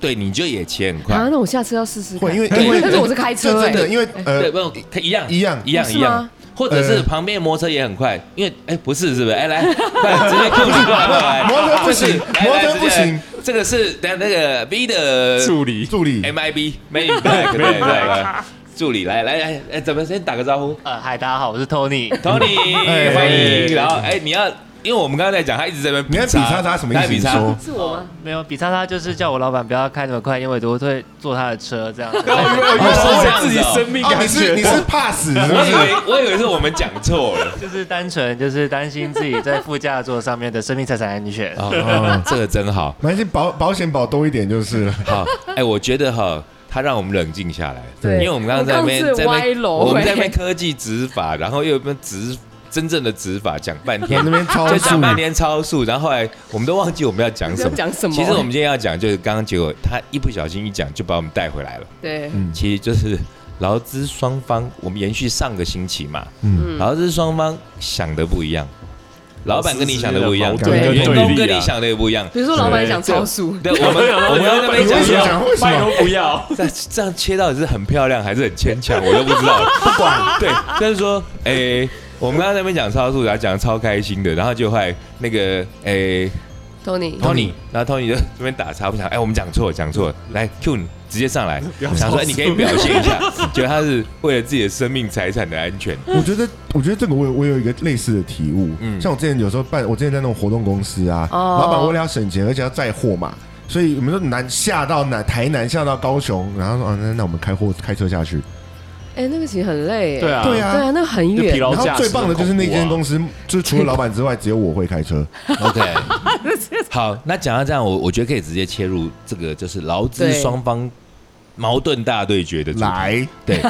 Speaker 3: 对，你就也骑很快
Speaker 4: 啊，，那我下次要试试看，
Speaker 1: 会因为
Speaker 3: 对
Speaker 1: 因为
Speaker 4: 但是我是开车
Speaker 1: 这真的，
Speaker 4: 哎，
Speaker 1: 因为
Speaker 3: 对，
Speaker 1: 呃
Speaker 3: 不用一样
Speaker 1: 一样
Speaker 3: 一样
Speaker 4: 哦是
Speaker 3: 一样
Speaker 4: 吗，
Speaker 3: 或者是
Speaker 1: 呃
Speaker 3: 旁边摩托车也很快，因为哎不是是不是？ 哎来，快直接 Q 你过来过来，
Speaker 1: 摩托不
Speaker 3: 这是
Speaker 1: 行
Speaker 3: 来
Speaker 1: 摩托
Speaker 3: 来直接
Speaker 1: 不行，
Speaker 3: 这个是等下那个 V 的
Speaker 2: 助理
Speaker 1: 助理
Speaker 3: MIB Main Back 对对对，助理来来来哎，怎么先打个招呼
Speaker 5: 呃，嗨，大家好，我是 Tony。
Speaker 3: ，Tony
Speaker 1: 哎
Speaker 3: 欢
Speaker 1: 哎
Speaker 3: 迎，然后哎你要。因为我们刚刚在讲，他一直在那边
Speaker 1: 你看比叉叉什么意
Speaker 3: 他
Speaker 1: 思？
Speaker 3: 哎比
Speaker 1: 你
Speaker 3: 叉
Speaker 1: 说
Speaker 4: 是
Speaker 1: 嗯
Speaker 4: 我吗？
Speaker 5: 没有，比叉叉就是叫我老板不要开那么快，因为我都会坐他的车这样子。
Speaker 3: 哦原来
Speaker 2: 哦
Speaker 3: 原来是这样子哦
Speaker 2: 自己生命
Speaker 1: 哦，你
Speaker 2: 感
Speaker 1: 是
Speaker 2: 觉
Speaker 1: 你是怕死是不
Speaker 3: 我以
Speaker 1: 是？
Speaker 3: 为我以为是我们讲错了。
Speaker 5: 就是单纯就是担心自己在副驾座上面的生命财产安全。
Speaker 3: 哦， 这个真好。
Speaker 1: 蛮心保保险保多一点就是了。
Speaker 3: 好，哎，我觉得哈，他让我们冷静下来，
Speaker 1: 对
Speaker 3: 因为我们刚刚在那边
Speaker 4: 我刚刚是
Speaker 3: 在那
Speaker 4: 歪
Speaker 3: 边，
Speaker 4: 楼
Speaker 3: 我们在
Speaker 4: 哎
Speaker 3: 那边科技执法，然后又跟执真正的执法讲半
Speaker 1: 我
Speaker 3: 天
Speaker 1: 们那，边超
Speaker 3: 就
Speaker 1: 速
Speaker 3: 讲，半天超速，然后后来我们都忘记我们要讲什
Speaker 4: 要
Speaker 3: 么。
Speaker 4: 讲什么？
Speaker 3: 其实我们今天要讲就是刚刚结果他一不小心一讲就把我们带回来了，
Speaker 4: 对，
Speaker 1: 嗯
Speaker 3: 其实就是劳资双方，我们延续上个星期嘛，
Speaker 1: 嗯，
Speaker 4: 嗯，
Speaker 3: 劳资双方想的不一样，老板跟你想的不一样，
Speaker 2: 劳
Speaker 1: 资之间的矛
Speaker 3: 员
Speaker 1: 盾跟对立啊
Speaker 3: 工跟你想的也不一样。
Speaker 4: 比如说老板想超速，
Speaker 3: 对，我们我们在那
Speaker 1: 你
Speaker 3: 边
Speaker 1: 为
Speaker 3: 讲
Speaker 1: 什
Speaker 3: 说
Speaker 1: 么讲？为什
Speaker 2: 拜
Speaker 1: 么？
Speaker 2: 都不要，
Speaker 3: 这这样切到底是很漂亮还是很牵强，我都不知道。不管对，就是说，诶、我们刚刚在那边讲超速，然后讲得超开心的，然后就后来那个诶、
Speaker 4: ，Tony，
Speaker 3: Tony，然后 Tony 就这边打岔，不想哎、我们讲错了讲错了，来 Q 你直接上来，想说、哎你可以表现一下，觉得他是为了自己的生命财产的安全。
Speaker 4: 嗯
Speaker 1: 我觉得，我觉得这个我有我有一个类似的体悟，
Speaker 3: 嗯
Speaker 1: 像我之前有时候办，我之前在那种活动公司啊，
Speaker 4: 哦
Speaker 1: 老板为了要省钱，而且要载货嘛，所以我们就南下到南台南，下到高雄，然后说啊，那那我们开货开车下去，
Speaker 4: 哎，那个其实很累，
Speaker 2: 对啊，
Speaker 1: 对啊
Speaker 4: 对啊，那个很
Speaker 2: 就疲
Speaker 4: 远，
Speaker 2: 劳
Speaker 1: 然后
Speaker 2: 驾驶
Speaker 1: 最棒的就是那间
Speaker 2: 很恐怖啊
Speaker 1: 公司，就是除了老板之外，只有我会开车。
Speaker 3: OK，好，那讲到这样，我我觉得可以直接切入这个就是劳资
Speaker 4: 对
Speaker 3: 双方矛盾大 对决的主题
Speaker 1: 来，
Speaker 3: 对，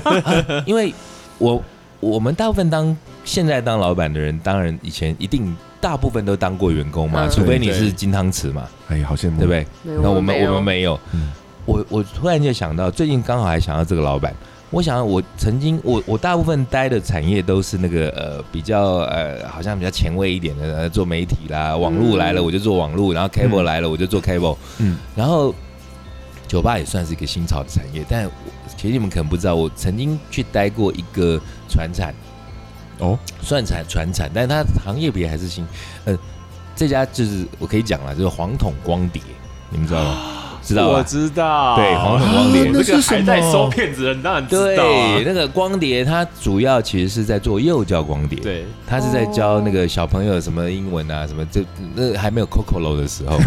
Speaker 3: 因为我我们大部分当现在当老板的人，当然以前一定大部分都当过员工嘛，
Speaker 4: 嗯
Speaker 3: 除非你
Speaker 2: 对
Speaker 3: 是金汤匙嘛，
Speaker 1: 哎，好羡慕，
Speaker 3: 对不？对？
Speaker 4: 没有
Speaker 3: 那我们
Speaker 4: 没有
Speaker 3: 我们没有
Speaker 1: 嗯。
Speaker 3: 我我突然就想到，最近刚好还想到这个老板，我想到我曾经我我大部分待的产业都是那个呃比较呃好像比较前卫一点的，呃做媒体
Speaker 4: 嗯
Speaker 3: 啦，网络来了我就做网络，然后 cable
Speaker 1: 嗯
Speaker 3: 来了我就做 cable，
Speaker 1: 嗯
Speaker 3: 嗯，然后酒吧也算是一个新潮的产业，但我其实你们可能不知道，我曾经去待过一个船产，
Speaker 1: 哦，
Speaker 3: 算产船产，但是它行业别还是新，呃，这家就是我可以讲了，就是黄桶光碟，你们知道吗？知道
Speaker 2: 啊我
Speaker 3: 吧？
Speaker 2: 知道，
Speaker 3: 对黄土光碟
Speaker 1: 那
Speaker 2: 这
Speaker 1: 是
Speaker 2: 个
Speaker 1: 什
Speaker 2: 还
Speaker 1: 么
Speaker 2: 在收骗子的人当然知道啊
Speaker 3: 对，，那个光碟它主要其实是在做幼教光碟，，
Speaker 2: 对，
Speaker 3: 它是在教那个小朋友什么英文啊，什么这那还没有 Coco 楼 的时候，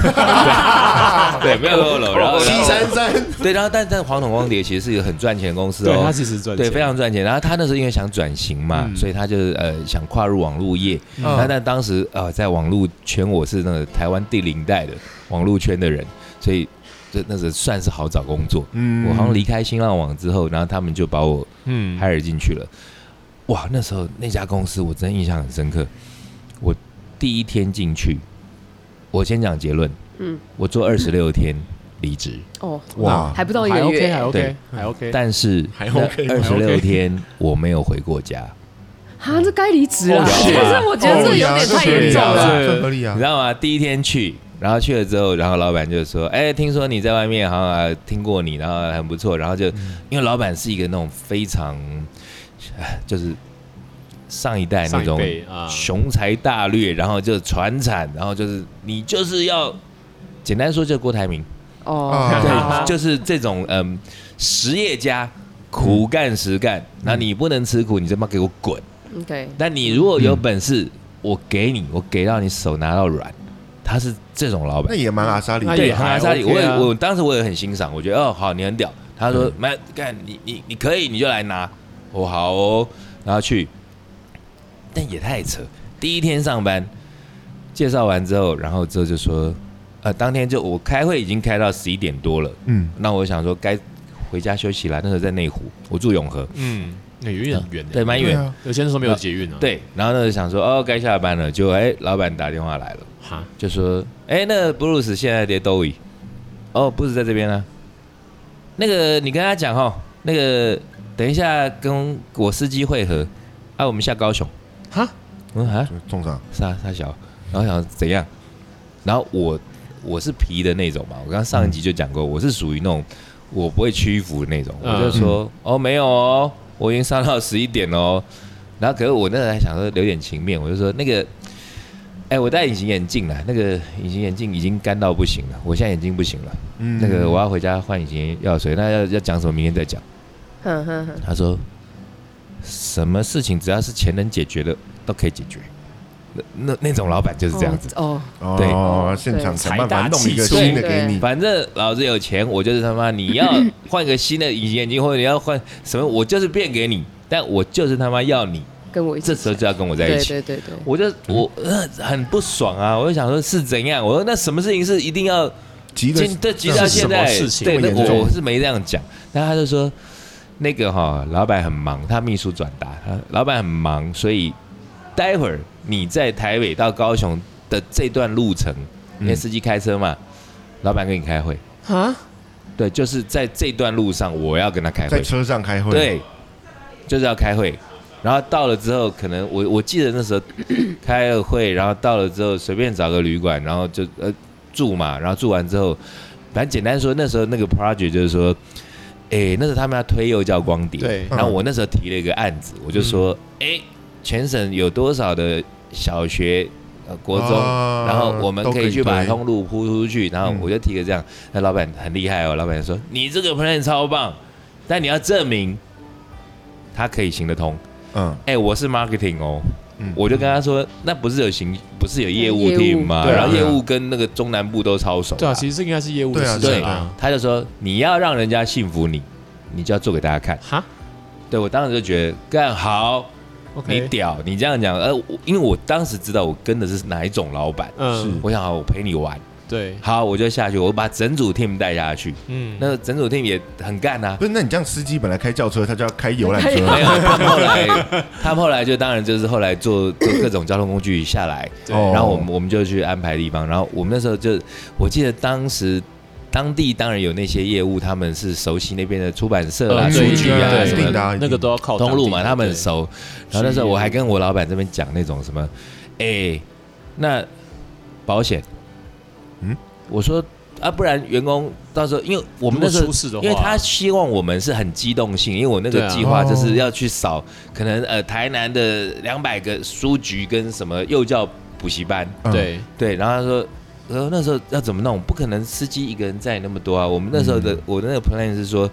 Speaker 3: 对，没有 Coco 楼，然
Speaker 2: 哦
Speaker 3: 后
Speaker 1: 七三三，
Speaker 3: 对，然后但但黄土光碟其实是一个很赚钱的公司
Speaker 2: 对
Speaker 3: 哦
Speaker 2: 他，其实赚钱，
Speaker 3: 对，非常赚钱。然后他那时候因为想转型嘛，
Speaker 2: 嗯
Speaker 3: 所以他就是呃想跨入网络业。
Speaker 1: 嗯
Speaker 3: 那、但当时呃在网络圈我是那个台湾第零代的网络圈的人，所以这那时算是好找工作。
Speaker 1: 嗯
Speaker 3: 我好像离开新浪网之后，然后他们就把我
Speaker 2: 嗯，
Speaker 3: 海尔进去了。哇，那时候那家公司我真的印象很深刻。我第一天进去，我先讲结论，
Speaker 4: 嗯，
Speaker 3: 我做二十六天离职，
Speaker 4: 哦，
Speaker 1: 哇，
Speaker 4: 还不到一
Speaker 2: 还
Speaker 4: 个
Speaker 2: OK，还
Speaker 4: 月，
Speaker 2: OK，还 OK，
Speaker 3: 但是
Speaker 1: 哎还 OK，
Speaker 3: 二
Speaker 2: 还
Speaker 3: 十
Speaker 2: OK
Speaker 3: 六天我没有回过家，
Speaker 4: 哈，这该离职了。
Speaker 2: 哦
Speaker 4: 可
Speaker 2: 是啊
Speaker 4: 是我觉得这有点太严重
Speaker 2: 哦是啊是啊
Speaker 4: 了。
Speaker 1: 嗯这合理啊
Speaker 3: 你知，道吗？第一天去。然后去了之后，然后老板就说：“哎，听说你在外面好像、啊、听过你，然后很不错。”然后就、
Speaker 2: 嗯
Speaker 3: 因为老板是一个那种非常，哎就是上一代那
Speaker 2: 上一
Speaker 3: 种
Speaker 2: 辈啊，
Speaker 3: 雄才大略，然后就传产，然后就是你就是要简单说就是郭台铭，
Speaker 4: 哦，
Speaker 1: 啊
Speaker 3: 对，就是这种嗯实业家，苦干实干。
Speaker 2: 嗯
Speaker 3: 那、你不能吃苦，你他妈给我滚！
Speaker 4: 对，
Speaker 3: 但你如果有本事，我给你，我给到你手拿到软。他是这种老
Speaker 1: 那
Speaker 3: 板，
Speaker 1: 也蛮阿莎里的，
Speaker 2: 那
Speaker 3: 对，
Speaker 2: 也还
Speaker 3: 哈萨里，我
Speaker 2: OK
Speaker 3: 也
Speaker 2: 啊
Speaker 3: 我当时我也很欣赏，我觉得哦好，你很屌。他
Speaker 2: 嗯
Speaker 3: 说妈干你你你可以，你就来拿，我好哦，然后去，但也太扯。第一天上班，介绍完之后，然后之后就说，呃，当天就我开会已经开到十一点多了，
Speaker 1: 嗯，
Speaker 3: 那我想说该回家休息啦。那时候在内湖，我住永和，
Speaker 2: 嗯，那有点远欸，
Speaker 3: 对，蛮
Speaker 1: 对
Speaker 3: 远。
Speaker 1: 啊，
Speaker 2: 有些人说没有捷运啊，，
Speaker 3: 对，然后那时候想说，哦，该下班了，结果哎，老板打电话来了，
Speaker 2: 哈，
Speaker 3: 就说，哎，那个 Bruce 现在在兜里，哦，不是在这边啊，那个你跟他讲哦，那个等一下跟我司机会合，啊，我们下高雄，
Speaker 2: 哈，
Speaker 3: 我说啊，
Speaker 1: 重伤，
Speaker 3: 傻傻小，然后想怎样，然后我我是皮的那种嘛，我刚上一集就讲过，我是属于那种我不会屈服的那种，
Speaker 2: 嗯
Speaker 3: 我就说哦没有哦，我已经上到十一点了哦，然后可是我那时候还想说留点情面，我就说那个。哎、我戴隐形眼镜了，啊那个隐形眼镜已经干到不行了，我现在眼睛不行了。
Speaker 1: 嗯
Speaker 3: 那个我要回家换隐形药水，那要要讲什么明天再讲。
Speaker 4: 哼哼哼，
Speaker 3: 他说，什么事情只要是钱能解决的都可以解决。那那那种老板就是这样子。
Speaker 4: 哦，
Speaker 1: 哦，现场想办法弄一个新的给你，
Speaker 3: 反正老子有钱，我就是他妈 你要换个新的隐形眼镜，或者你要换什么，我就是变给你，但我就是他妈要你，
Speaker 4: 跟我一起
Speaker 3: 这，时候就要跟我在
Speaker 4: 对
Speaker 3: 一起。
Speaker 4: 对对对，
Speaker 3: 我就我呃很不爽啊！我就想说是怎样？我说那什么事情是一定要
Speaker 1: 急的
Speaker 3: 今对急到现在
Speaker 2: 那是什么事，情
Speaker 3: 对，
Speaker 1: 这么
Speaker 3: 那
Speaker 1: 严重
Speaker 3: 我我是没这样讲。但他就说那个哈、老板很忙，他秘书转达，他老板很忙，所以待会儿你在台北到高雄的这段路程，
Speaker 2: 嗯
Speaker 3: 因为司机开车嘛，老板跟你开会。
Speaker 2: 哈，
Speaker 3: 对，就是在这段路上，我要跟他开
Speaker 1: 在
Speaker 3: 会，
Speaker 1: 车上开会，
Speaker 3: 对，就是要开会。然后到了之后，可能我我记得那时候 开了会，然后到了之后随便找个旅馆，然后就呃住嘛，然后住完之后，反正简单说，那时候那个 project 就是说，哎，那时候他们要推幼教光碟，
Speaker 2: 对
Speaker 3: 然后我那时候提了一个案子，我就说，哎，全省有多少的小学、呃国中，
Speaker 1: 啊
Speaker 3: 然后我们可以去把通路铺出去，然后
Speaker 1: 嗯
Speaker 3: 我就提个这样，那老板很厉害哦，老板说你这个 plan 超棒，但你要证明他可以行得通。
Speaker 1: 嗯，
Speaker 3: 哎，我是 marketing 哦
Speaker 1: 嗯，
Speaker 3: 我就跟他说，那不是有行，不是有业务
Speaker 4: 业务
Speaker 3: team 吗？
Speaker 2: 对啊
Speaker 3: 然后业务跟那个中南部都超熟啊，
Speaker 2: 对啊，其实这应该是业务的
Speaker 1: 对啊
Speaker 2: 事
Speaker 3: 对
Speaker 2: 情啊，，
Speaker 3: 他就说你要让人家信服你，你就要做给大家看。
Speaker 2: 哈
Speaker 3: 对我当时就觉得干好，你
Speaker 2: ，OK，
Speaker 3: 屌，你这样讲，呃，我因为我当时知道我跟的是哪一种老板，
Speaker 2: 嗯，
Speaker 3: 我想好，我陪你玩。
Speaker 2: 对，
Speaker 3: 好，我就下去，我把整组 team 带下去。
Speaker 2: 嗯，
Speaker 3: 那整组 team 也很干 啊。
Speaker 1: 不是，那你这样司机本来开轿车，他就要开游览车，
Speaker 3: 没有，他们后来，他们后来就当然就是后来坐坐各种交通工具下来，
Speaker 2: 对
Speaker 1: 哦
Speaker 3: 然后我们我们就去安排地方。然后我们那时候就，我记得当时当地当然有那些业务，他们是熟悉那边的出版社啦、
Speaker 2: 呃
Speaker 3: 书
Speaker 2: 对
Speaker 3: 局啊
Speaker 2: 对
Speaker 3: 什
Speaker 1: 一定的
Speaker 3: 么的
Speaker 1: 啊
Speaker 2: 那个都要靠
Speaker 3: 通路嘛，
Speaker 2: 当地的
Speaker 3: 他们很
Speaker 2: 对
Speaker 3: 熟。然后那时候我还跟我老板这边讲那种什么，哎，那保险，
Speaker 1: 嗯
Speaker 3: 嗯，我说啊，不然员工到时候，因为我们
Speaker 2: 如果
Speaker 3: 那时候
Speaker 2: 出事的话，
Speaker 3: 因为他希望我们是很机动性，因为我那个
Speaker 2: 对啊
Speaker 3: 计划就是要去扫，可能呃台南的两百个书局跟什么幼教补习班，
Speaker 1: 嗯，
Speaker 2: 对
Speaker 3: 对，然后他说呃那时候要怎么弄？不可能司机一个人载那么多啊。我们那时候的、
Speaker 1: 嗯
Speaker 3: 我的那个 plan 是说，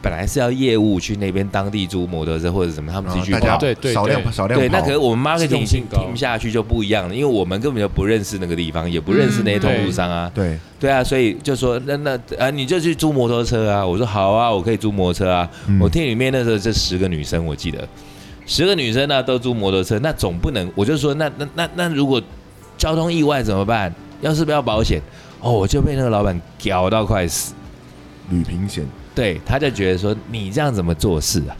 Speaker 3: 本来是要业务去那边当地租摩托车或者什么，他们自己去
Speaker 1: 啊大
Speaker 3: 跑
Speaker 1: 家。
Speaker 2: 哦对对
Speaker 1: 少量
Speaker 2: 对
Speaker 1: 少量
Speaker 3: 对，那
Speaker 1: 跑
Speaker 3: 可是我们 marketing
Speaker 2: 重性高
Speaker 3: 听下去就不一样了，因为我们根本就不认识那个地方，也不认
Speaker 2: 嗯
Speaker 3: 识那些通路商啊。
Speaker 1: 对
Speaker 3: 对啊，所以就说那那啊，你就去租摩托车啊。我说好啊，我可以租摩托车啊。
Speaker 1: 嗯
Speaker 3: 我店里面那时候这十个女生，我记得十个女生呢、都租摩托车，那总不能我就说那那那那如果交通意外怎么办？要是不要保险？哦，我就被那个老板屌到快死。
Speaker 1: 旅平险，
Speaker 3: 对，他就觉得说你这样怎么做事啊？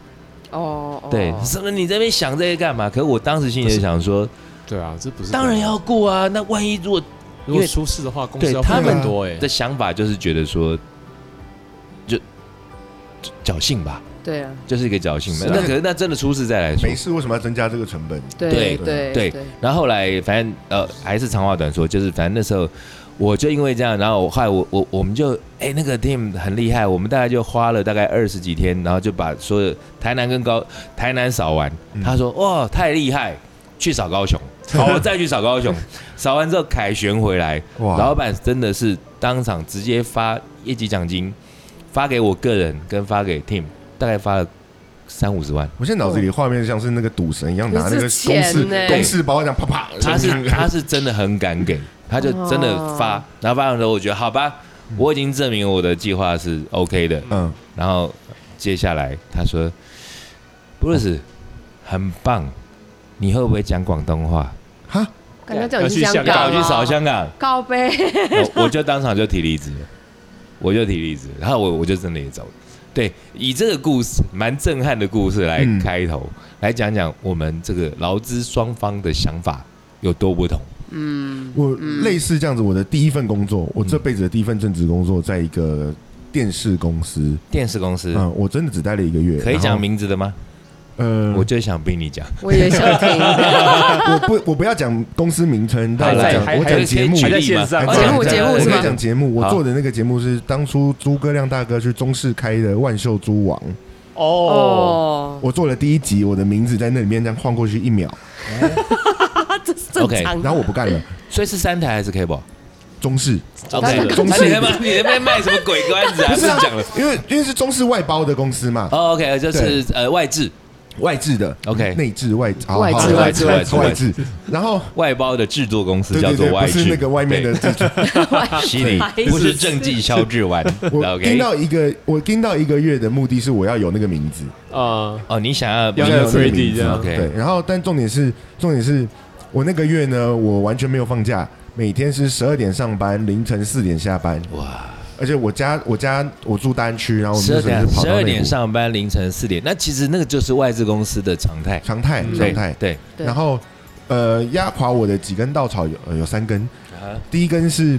Speaker 4: 哦，哦
Speaker 3: 对，什么你这边想这些干嘛？可我当时心里就想说，
Speaker 2: 对啊，这不是
Speaker 3: 当然要顾啊。那万一如果
Speaker 2: 如果
Speaker 3: 因为
Speaker 2: 出事的话，公司
Speaker 3: 对
Speaker 2: 要
Speaker 3: 他
Speaker 2: 赔
Speaker 1: 们
Speaker 2: 很多哎
Speaker 3: 的。想法就是觉得说，就就侥幸吧，
Speaker 4: 对啊，
Speaker 3: 就是一个侥幸吧。
Speaker 2: 是啊
Speaker 3: 那可是那真的出事再来说
Speaker 1: 没。事为什么要增加这个成本？
Speaker 4: 对
Speaker 1: 对
Speaker 4: 对
Speaker 3: 对然后后来反正呃还是长话短说，就是反正那时候我就因为这样，然后我后来我我我们就哎、那个 team 很厉害，我们大概就花了大概二十几天，然后就把所有台南跟高台南扫完，
Speaker 1: 嗯
Speaker 3: 他说哇太厉害，去扫高雄，好我再去扫高雄，扫完之后凯旋回来，
Speaker 1: 哇
Speaker 3: 老板真的是当场直接发业绩奖金，发给我个人跟发给 team，大概发了三五十万。
Speaker 1: 我现在脑子里画面像是那个赌神一样拿那个
Speaker 4: 不
Speaker 1: 公
Speaker 4: 是钱
Speaker 1: 式
Speaker 4: 呢
Speaker 1: 公式包这样啪啪，
Speaker 3: 他是他是真的很敢给，他就真的发
Speaker 4: 哦，
Speaker 3: 然后发完之后，我觉得好吧，我已经证明我的计划是 OK 的。
Speaker 1: 嗯，
Speaker 3: 然后接下来他说，Bruce 很棒，你会不会讲广东话？
Speaker 1: 哈，
Speaker 4: 感觉讲的是
Speaker 2: 要去
Speaker 4: 香
Speaker 2: 香
Speaker 4: 港
Speaker 2: 港
Speaker 4: 啊，
Speaker 3: 我去扫香港，
Speaker 4: 高杯，
Speaker 3: 我我就当场就提离职了，我就提离职，然后我我就真的也走了。对，以这个故事蛮震撼的故事来
Speaker 1: 嗯
Speaker 3: 开头，来讲讲我们这个劳资双方的想法有多不同。
Speaker 4: 嗯，
Speaker 1: 我类似这样子，我的第一份工作，我这辈子的第一份正职工作，在一个电视公司，
Speaker 3: 电视公司，
Speaker 1: 嗯，我真的只待了一个月，
Speaker 3: 可以
Speaker 1: 然后
Speaker 3: 讲，名字的吗？
Speaker 1: 呃，
Speaker 3: 我
Speaker 1: 我
Speaker 3: 就想逼你讲，
Speaker 4: 我也想听，
Speaker 1: 我不我不要讲公司名称，但
Speaker 3: 好
Speaker 1: 我
Speaker 3: 啦
Speaker 2: 在
Speaker 1: 讲
Speaker 2: 还
Speaker 1: 我
Speaker 2: 还
Speaker 1: 讲
Speaker 2: 有
Speaker 1: 节目，哎
Speaker 2: 还
Speaker 3: 举
Speaker 2: 在
Speaker 3: 例嘛
Speaker 2: 线上
Speaker 3: 还
Speaker 4: 哦节目
Speaker 3: 在
Speaker 4: 节目
Speaker 1: 我
Speaker 4: 是
Speaker 1: 可
Speaker 4: 吗
Speaker 1: 以讲节目，我
Speaker 3: 好
Speaker 1: 做的那个节目是当初诸葛亮大哥去中视开的《万秀诸王》，
Speaker 2: 哦，
Speaker 4: 哦，
Speaker 1: 我做了第一集，我的名字在那里面这样晃过去一秒，
Speaker 4: 这是正
Speaker 3: OK，
Speaker 4: 常的。
Speaker 1: 然后我不干了，
Speaker 3: 所以是三台还是 cable？
Speaker 1: 中视。
Speaker 4: 台
Speaker 3: OK，
Speaker 1: 中
Speaker 3: 那
Speaker 1: 视
Speaker 3: 你他妈你在那边卖什么鬼关子啊？
Speaker 1: 不是啊
Speaker 3: 讲了，
Speaker 1: 因为因为是中视外包的公司嘛，
Speaker 3: 哦，OK，就是呃外置
Speaker 1: 外置的
Speaker 3: OK
Speaker 1: 内置外好
Speaker 4: 外置
Speaker 1: 好
Speaker 4: 外置
Speaker 1: 外
Speaker 3: 外置
Speaker 1: 外置，然后
Speaker 3: 外包的制作公司
Speaker 1: 对
Speaker 3: 叫
Speaker 1: 对
Speaker 3: 做
Speaker 1: 对，
Speaker 3: 外
Speaker 1: 不
Speaker 3: 置，
Speaker 1: 是那个外面的制作，
Speaker 3: 对犀利
Speaker 4: 白，痴
Speaker 3: 不是政绩消制完
Speaker 1: 我盯
Speaker 3: ，OK。
Speaker 1: 到一个我盯到一个月的目的是我要有那个名字，
Speaker 2: 啊，
Speaker 3: 哦，你想要
Speaker 1: 有
Speaker 2: 要有
Speaker 1: 那个
Speaker 2: 3D
Speaker 1: 名
Speaker 2: 这
Speaker 1: 字
Speaker 2: 样，
Speaker 3: OK
Speaker 1: 对，然后但重点是重点是我那个月呢，我完全没有放假，每天是十二点上班，凌晨四点下班，
Speaker 3: 哇，
Speaker 1: 而且我家我家我住单区，然后我们
Speaker 3: 十
Speaker 1: 那时
Speaker 3: 二
Speaker 1: 候
Speaker 3: 点
Speaker 1: 是跑
Speaker 3: 十
Speaker 1: 到
Speaker 3: 二
Speaker 1: 内
Speaker 3: 点
Speaker 1: 湖，
Speaker 3: 上班，凌晨四点，那其实那个就是外资公司的常态，
Speaker 1: 常态
Speaker 3: 对
Speaker 1: 常态，
Speaker 3: 对，
Speaker 4: 对
Speaker 1: 然后呃压垮我的几根稻草有呃有三根，
Speaker 3: 啊
Speaker 1: 第一根是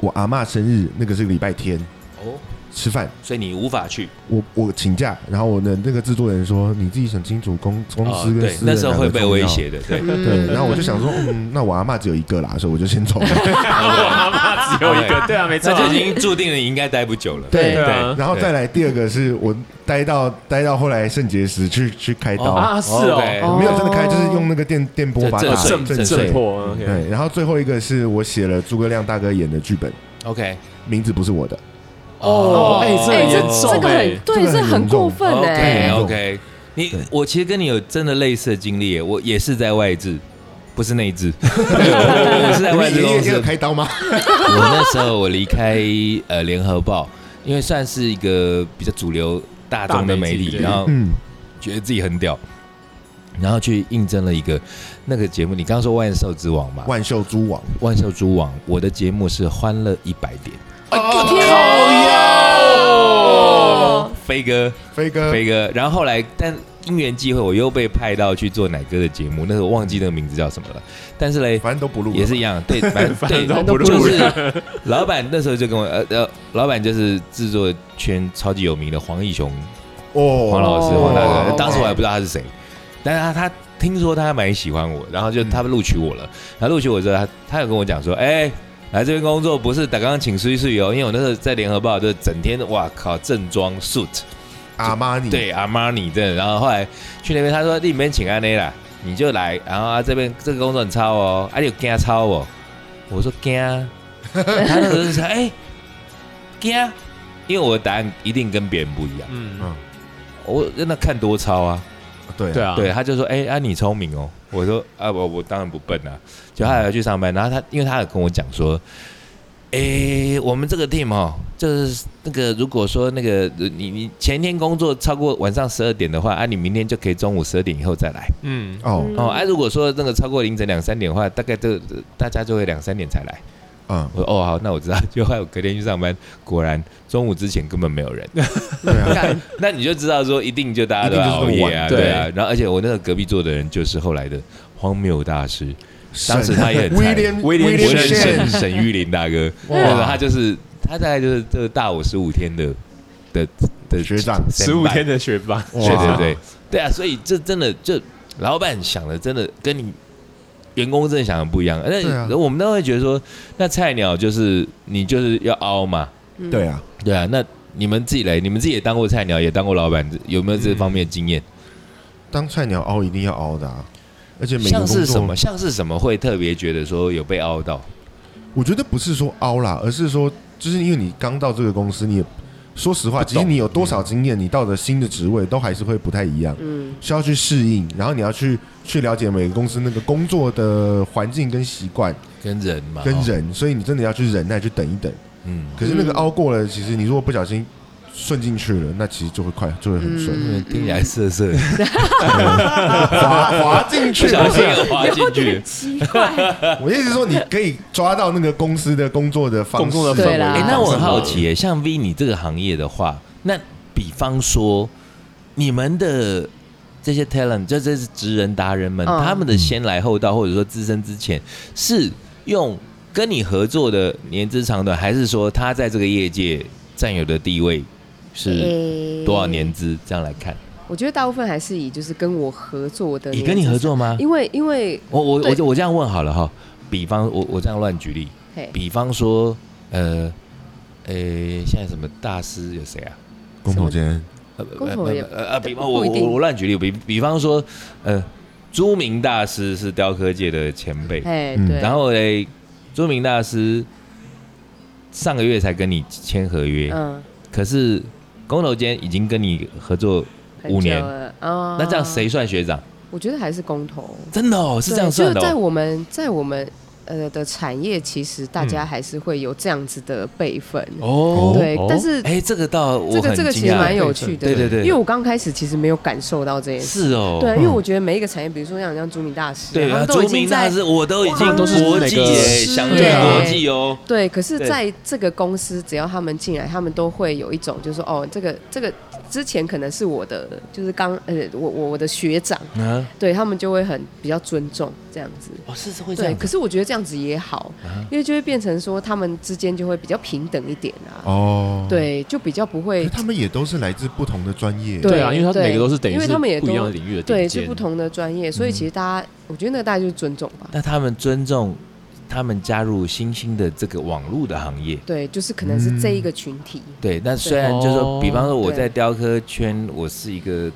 Speaker 1: 我阿嬷生日，那个是礼拜天
Speaker 3: 哦，
Speaker 1: 吃饭，
Speaker 3: 所以你无法去，
Speaker 1: 我我请假，然后我的那个制作人说你自己想清楚公公
Speaker 3: 哦
Speaker 1: 司跟
Speaker 3: 对，
Speaker 1: 私人、
Speaker 3: 那时候会被威。胁的，对，
Speaker 4: 嗯
Speaker 1: 对，然后我就想说，嗯，那我阿嬷只有一个啦，所以我就先 走了。
Speaker 2: 妈妈只有一个，对啊，没错
Speaker 3: 那
Speaker 2: 啊，
Speaker 3: 就已经注定了你应该待不久了，
Speaker 4: 对
Speaker 2: 对啊，
Speaker 1: 然后再来第二个是我待到待到后来肾结石去去开刀，
Speaker 2: 啊是哦，
Speaker 1: 没有真的开，就是用那个电电波把它
Speaker 3: 这
Speaker 1: 打
Speaker 3: 这
Speaker 2: 震
Speaker 1: 震
Speaker 2: 震
Speaker 1: 碎。
Speaker 2: 破啊，OK，
Speaker 1: 对，然后最后一个是我写了诸葛亮大哥演的剧本，
Speaker 3: ，OK，
Speaker 1: 名字不是我的，
Speaker 2: 哦哎这
Speaker 4: 哎，
Speaker 2: 很
Speaker 4: 这
Speaker 2: 严重
Speaker 4: 这个
Speaker 2: 哎
Speaker 4: 很对，
Speaker 1: 这个很
Speaker 4: 这很
Speaker 1: 严重
Speaker 4: 过分
Speaker 3: 哦
Speaker 2: 哦
Speaker 3: OK
Speaker 4: 哎。
Speaker 3: OK，你我其实跟你有真的类似的经历耶，我也是在外置，不是 内置，我是在
Speaker 1: 你
Speaker 3: 外
Speaker 1: 们
Speaker 3: 置
Speaker 1: 也
Speaker 3: 公
Speaker 1: 也也
Speaker 3: 司
Speaker 1: 有。开刀吗？
Speaker 3: 我那时候我离开呃联合报，因为算是一个比较主流大众的媒
Speaker 2: 大媒
Speaker 3: 体，
Speaker 2: 体
Speaker 3: 然后
Speaker 1: 嗯，
Speaker 3: 觉得自己很屌，然后去应征了一个那个节目。你刚刚说万兽之王嘛，
Speaker 1: 万秀诸王，
Speaker 3: 万兽之王，我的节目是欢乐一百点。
Speaker 4: 哎天啊
Speaker 3: 哦，飞哥，
Speaker 1: 飞哥，
Speaker 3: 飞哥。然后后来，但因缘际会，我又被派到去做奶哥的节目，那时候我忘记那个名字叫什么了。但是嘞，
Speaker 1: 反正都不录了，
Speaker 3: 也是一样，对，反正对，
Speaker 2: 反正
Speaker 4: 都不
Speaker 3: 就
Speaker 4: 录
Speaker 3: 是老板那时候就跟我，呃呃，老板就是制作圈超级有名的黄义雄
Speaker 1: 哦，
Speaker 3: 黄老师
Speaker 4: 哦
Speaker 3: 黄大哥，
Speaker 4: 哦
Speaker 3: 当时我还不知道他是谁，但是他他听说他蛮喜欢我，然后就他录取我了，然后录取我之后，他他有跟我讲说，哎。来这边工作不是打钢琴睡睡哦，因为我那时候在联合报，就是整天哇靠正装 suit，
Speaker 1: 阿玛尼，
Speaker 3: 对阿玛尼的，然后后来去那边，他说你啊们请安内啦，你就来，然后啊这边这个工作很超哦，啊你有跟他超哦，我说惊啊，他那时候就想哎惊啊，因为我的答案一定跟别人不一样，
Speaker 2: 嗯，
Speaker 3: 我那看多超啊，
Speaker 1: 对
Speaker 2: 对
Speaker 1: 啊，
Speaker 2: 啊，
Speaker 3: 对，，他就说：“哎、啊，你聪明哦。”我说：“啊，我我当然不笨啊。”就他还要去上班，然后他因为他有跟我讲说：“哎、我们这个 team 哦，就是那个如果说那个呃你你前天工作超过晚上十二点的话，啊，你明天就可以中午十二点以后再来
Speaker 2: 嗯，
Speaker 1: 哦，
Speaker 3: 哦。啊，如果说那个超过凌晨两三点的话，大概都大家就会两三点才来。”
Speaker 1: 嗯，
Speaker 3: 我说：“哦，好，那我知道。”就害我隔天去上班，果然中午之前根本没有人。
Speaker 1: 对啊，
Speaker 4: 干
Speaker 3: 那你就知道说，一定就大家都要熬夜啊，
Speaker 1: 一定就是这么晚
Speaker 3: 对啊。然后，而且我那个隔壁坐的人就是后来的荒谬大师，当时
Speaker 1: 沈
Speaker 3: 他也很
Speaker 1: 威
Speaker 3: 惨
Speaker 1: 廉
Speaker 2: 威廉
Speaker 1: 威
Speaker 3: 我
Speaker 1: 廉
Speaker 3: 的沈
Speaker 1: 逊
Speaker 3: 沈玉林大哥，
Speaker 1: 哇
Speaker 3: 哇，他就是他大概就是这个大我十五天的的的
Speaker 1: 学长
Speaker 2: 十五天，的学霸，
Speaker 1: 哇
Speaker 3: 对对对对啊，所以这真的就老板想的真的跟你。员工真的想的不一样，
Speaker 1: 对啊
Speaker 3: 那我们都会觉得说，那菜鸟就是你就是要凹嘛，
Speaker 4: 嗯
Speaker 1: 对啊，
Speaker 3: 对啊，那你们自己来，你们自己也当过菜鸟，也当过老板，有没有这方面的经验？
Speaker 1: 当菜鸟熬一定要熬的啊，而且每个
Speaker 3: 像
Speaker 1: 工
Speaker 3: 是什
Speaker 1: 作
Speaker 3: 么？像是什么会特别觉得说有被凹到？
Speaker 1: 我觉得不是说凹啦，而是说，就是因为你刚到这个公司，你也说实话，
Speaker 3: 不懂
Speaker 1: 即使你有多少经验，你到的新的职位都还是会不太一样，
Speaker 4: 嗯
Speaker 1: 需要去适应，然后你要去去了解每个公司那个工作的环境跟习惯
Speaker 3: 跟人嘛，
Speaker 1: 跟
Speaker 3: 哦，
Speaker 1: 人，所以你真的要去忍耐，去等一等。
Speaker 3: 嗯，
Speaker 1: 可是那个
Speaker 4: 嗯
Speaker 1: 凹过了，其实你如果不小心顺进去了，那其实就会快，就会很顺，
Speaker 4: 嗯
Speaker 3: 听起来涩 涩的，
Speaker 1: 滑滑进
Speaker 3: 不
Speaker 1: 去。
Speaker 3: 小心
Speaker 1: 不
Speaker 3: 也滑进去。
Speaker 4: 奇怪，
Speaker 1: 是我意思是说，你可以抓到那个公司的工作的方式，
Speaker 2: 工作的
Speaker 4: 对
Speaker 2: 氛围
Speaker 4: 啦
Speaker 3: 哎、
Speaker 4: 哎
Speaker 3: 那我很好奇耶，像 V 你这个行业的话，那比方说你们的这些 talent，就这是职人达人们，
Speaker 4: 嗯
Speaker 3: 他们的先来后到，或者说资深之前，是用跟你合作的年资长短，还是说他在这个业界占有的地位是
Speaker 4: 诶
Speaker 3: 多少年？资？这样来看，
Speaker 4: 哎我觉得大部分还是以就是跟我合作的，
Speaker 3: 你跟你合，作吗？
Speaker 4: 因为因为
Speaker 3: 我我我
Speaker 4: 对
Speaker 3: 就我这样问好了哈，比方我我这样乱举例，
Speaker 4: 嘿，
Speaker 3: 比方说呃呃，现在什么大师有谁啊？
Speaker 1: 工头间
Speaker 3: 呃
Speaker 4: 公投也
Speaker 3: 呃呃，比方
Speaker 4: 不
Speaker 3: 我
Speaker 4: 一定
Speaker 3: 我我乱举例，比比方说，呃，朱明大师是雕刻界的前辈，
Speaker 4: 哎
Speaker 1: 嗯
Speaker 4: 对，
Speaker 3: 呃然后嘞，朱明大师上个月才跟你签合约，
Speaker 4: 嗯，
Speaker 3: 可是工头间已经跟你合作，
Speaker 4: 很久
Speaker 3: 五年
Speaker 4: 了啊，
Speaker 3: 那这样谁？算学长？
Speaker 4: 我觉得还是公投，
Speaker 3: 真的哦，是这样
Speaker 4: 对
Speaker 3: 算的
Speaker 4: 就是在
Speaker 3: 哦。
Speaker 4: 我们在我们呃的产业，其实大家
Speaker 2: 嗯
Speaker 4: 还是会有这样子的辈分，
Speaker 3: 哦
Speaker 4: 对
Speaker 2: 哦，
Speaker 4: 但是
Speaker 3: 哎，这个倒我
Speaker 4: 这个
Speaker 3: 很
Speaker 4: 这个
Speaker 3: 惊
Speaker 4: 其实
Speaker 3: 讶
Speaker 4: 蛮有趣的，
Speaker 3: 对对对
Speaker 4: 因为我刚开始其实没有感受到这件事，
Speaker 3: 是哦，
Speaker 4: 对，因为我觉得每一个产业，比如说像像朱明大师，
Speaker 3: 对
Speaker 4: 他
Speaker 3: 啊，
Speaker 4: 们都已
Speaker 3: 朱
Speaker 4: 经
Speaker 3: 明
Speaker 4: 在
Speaker 3: 大师我都已经
Speaker 4: 哇都是
Speaker 3: 国
Speaker 2: 那
Speaker 3: 际
Speaker 2: 个
Speaker 3: 耶，
Speaker 2: 师
Speaker 3: 想去
Speaker 4: 对
Speaker 3: 国际哦，
Speaker 4: 对，可是
Speaker 3: 对
Speaker 4: 在这个公司，只要他们进来，他们都会有一种，就是说，哦，这个这个之前可能是我的，就是刚呃，我我我的学长，
Speaker 3: 嗯，
Speaker 4: 对他们就会很比较尊重这样子。
Speaker 3: 哦是是会这
Speaker 4: 对，
Speaker 3: 样啊
Speaker 4: 可是我觉得这样子也好，因为就会变成说他们之间就会比较平等一点啊。
Speaker 1: 哦，。
Speaker 4: 对，就比较不
Speaker 1: 可
Speaker 4: 会
Speaker 1: 是他们也都是来自不同的专业，
Speaker 4: 对
Speaker 2: 对啊，因为他每个都是等于
Speaker 4: 因为
Speaker 2: 是
Speaker 4: 他们也
Speaker 2: 不一
Speaker 4: 都
Speaker 2: 样的领域的
Speaker 4: 对，
Speaker 2: 顶
Speaker 4: 是
Speaker 2: 尖
Speaker 4: 不，同的专业，所以其实大家，我觉得那个大家就是尊重吧。
Speaker 3: 那他们尊重他们加入新兴的这个网络的行业。
Speaker 4: 对，就是可能是这一个群体，
Speaker 3: 对，那虽然就是说，
Speaker 2: 哦
Speaker 3: 比方说我
Speaker 4: 对
Speaker 3: 在雕刻圈，我是一个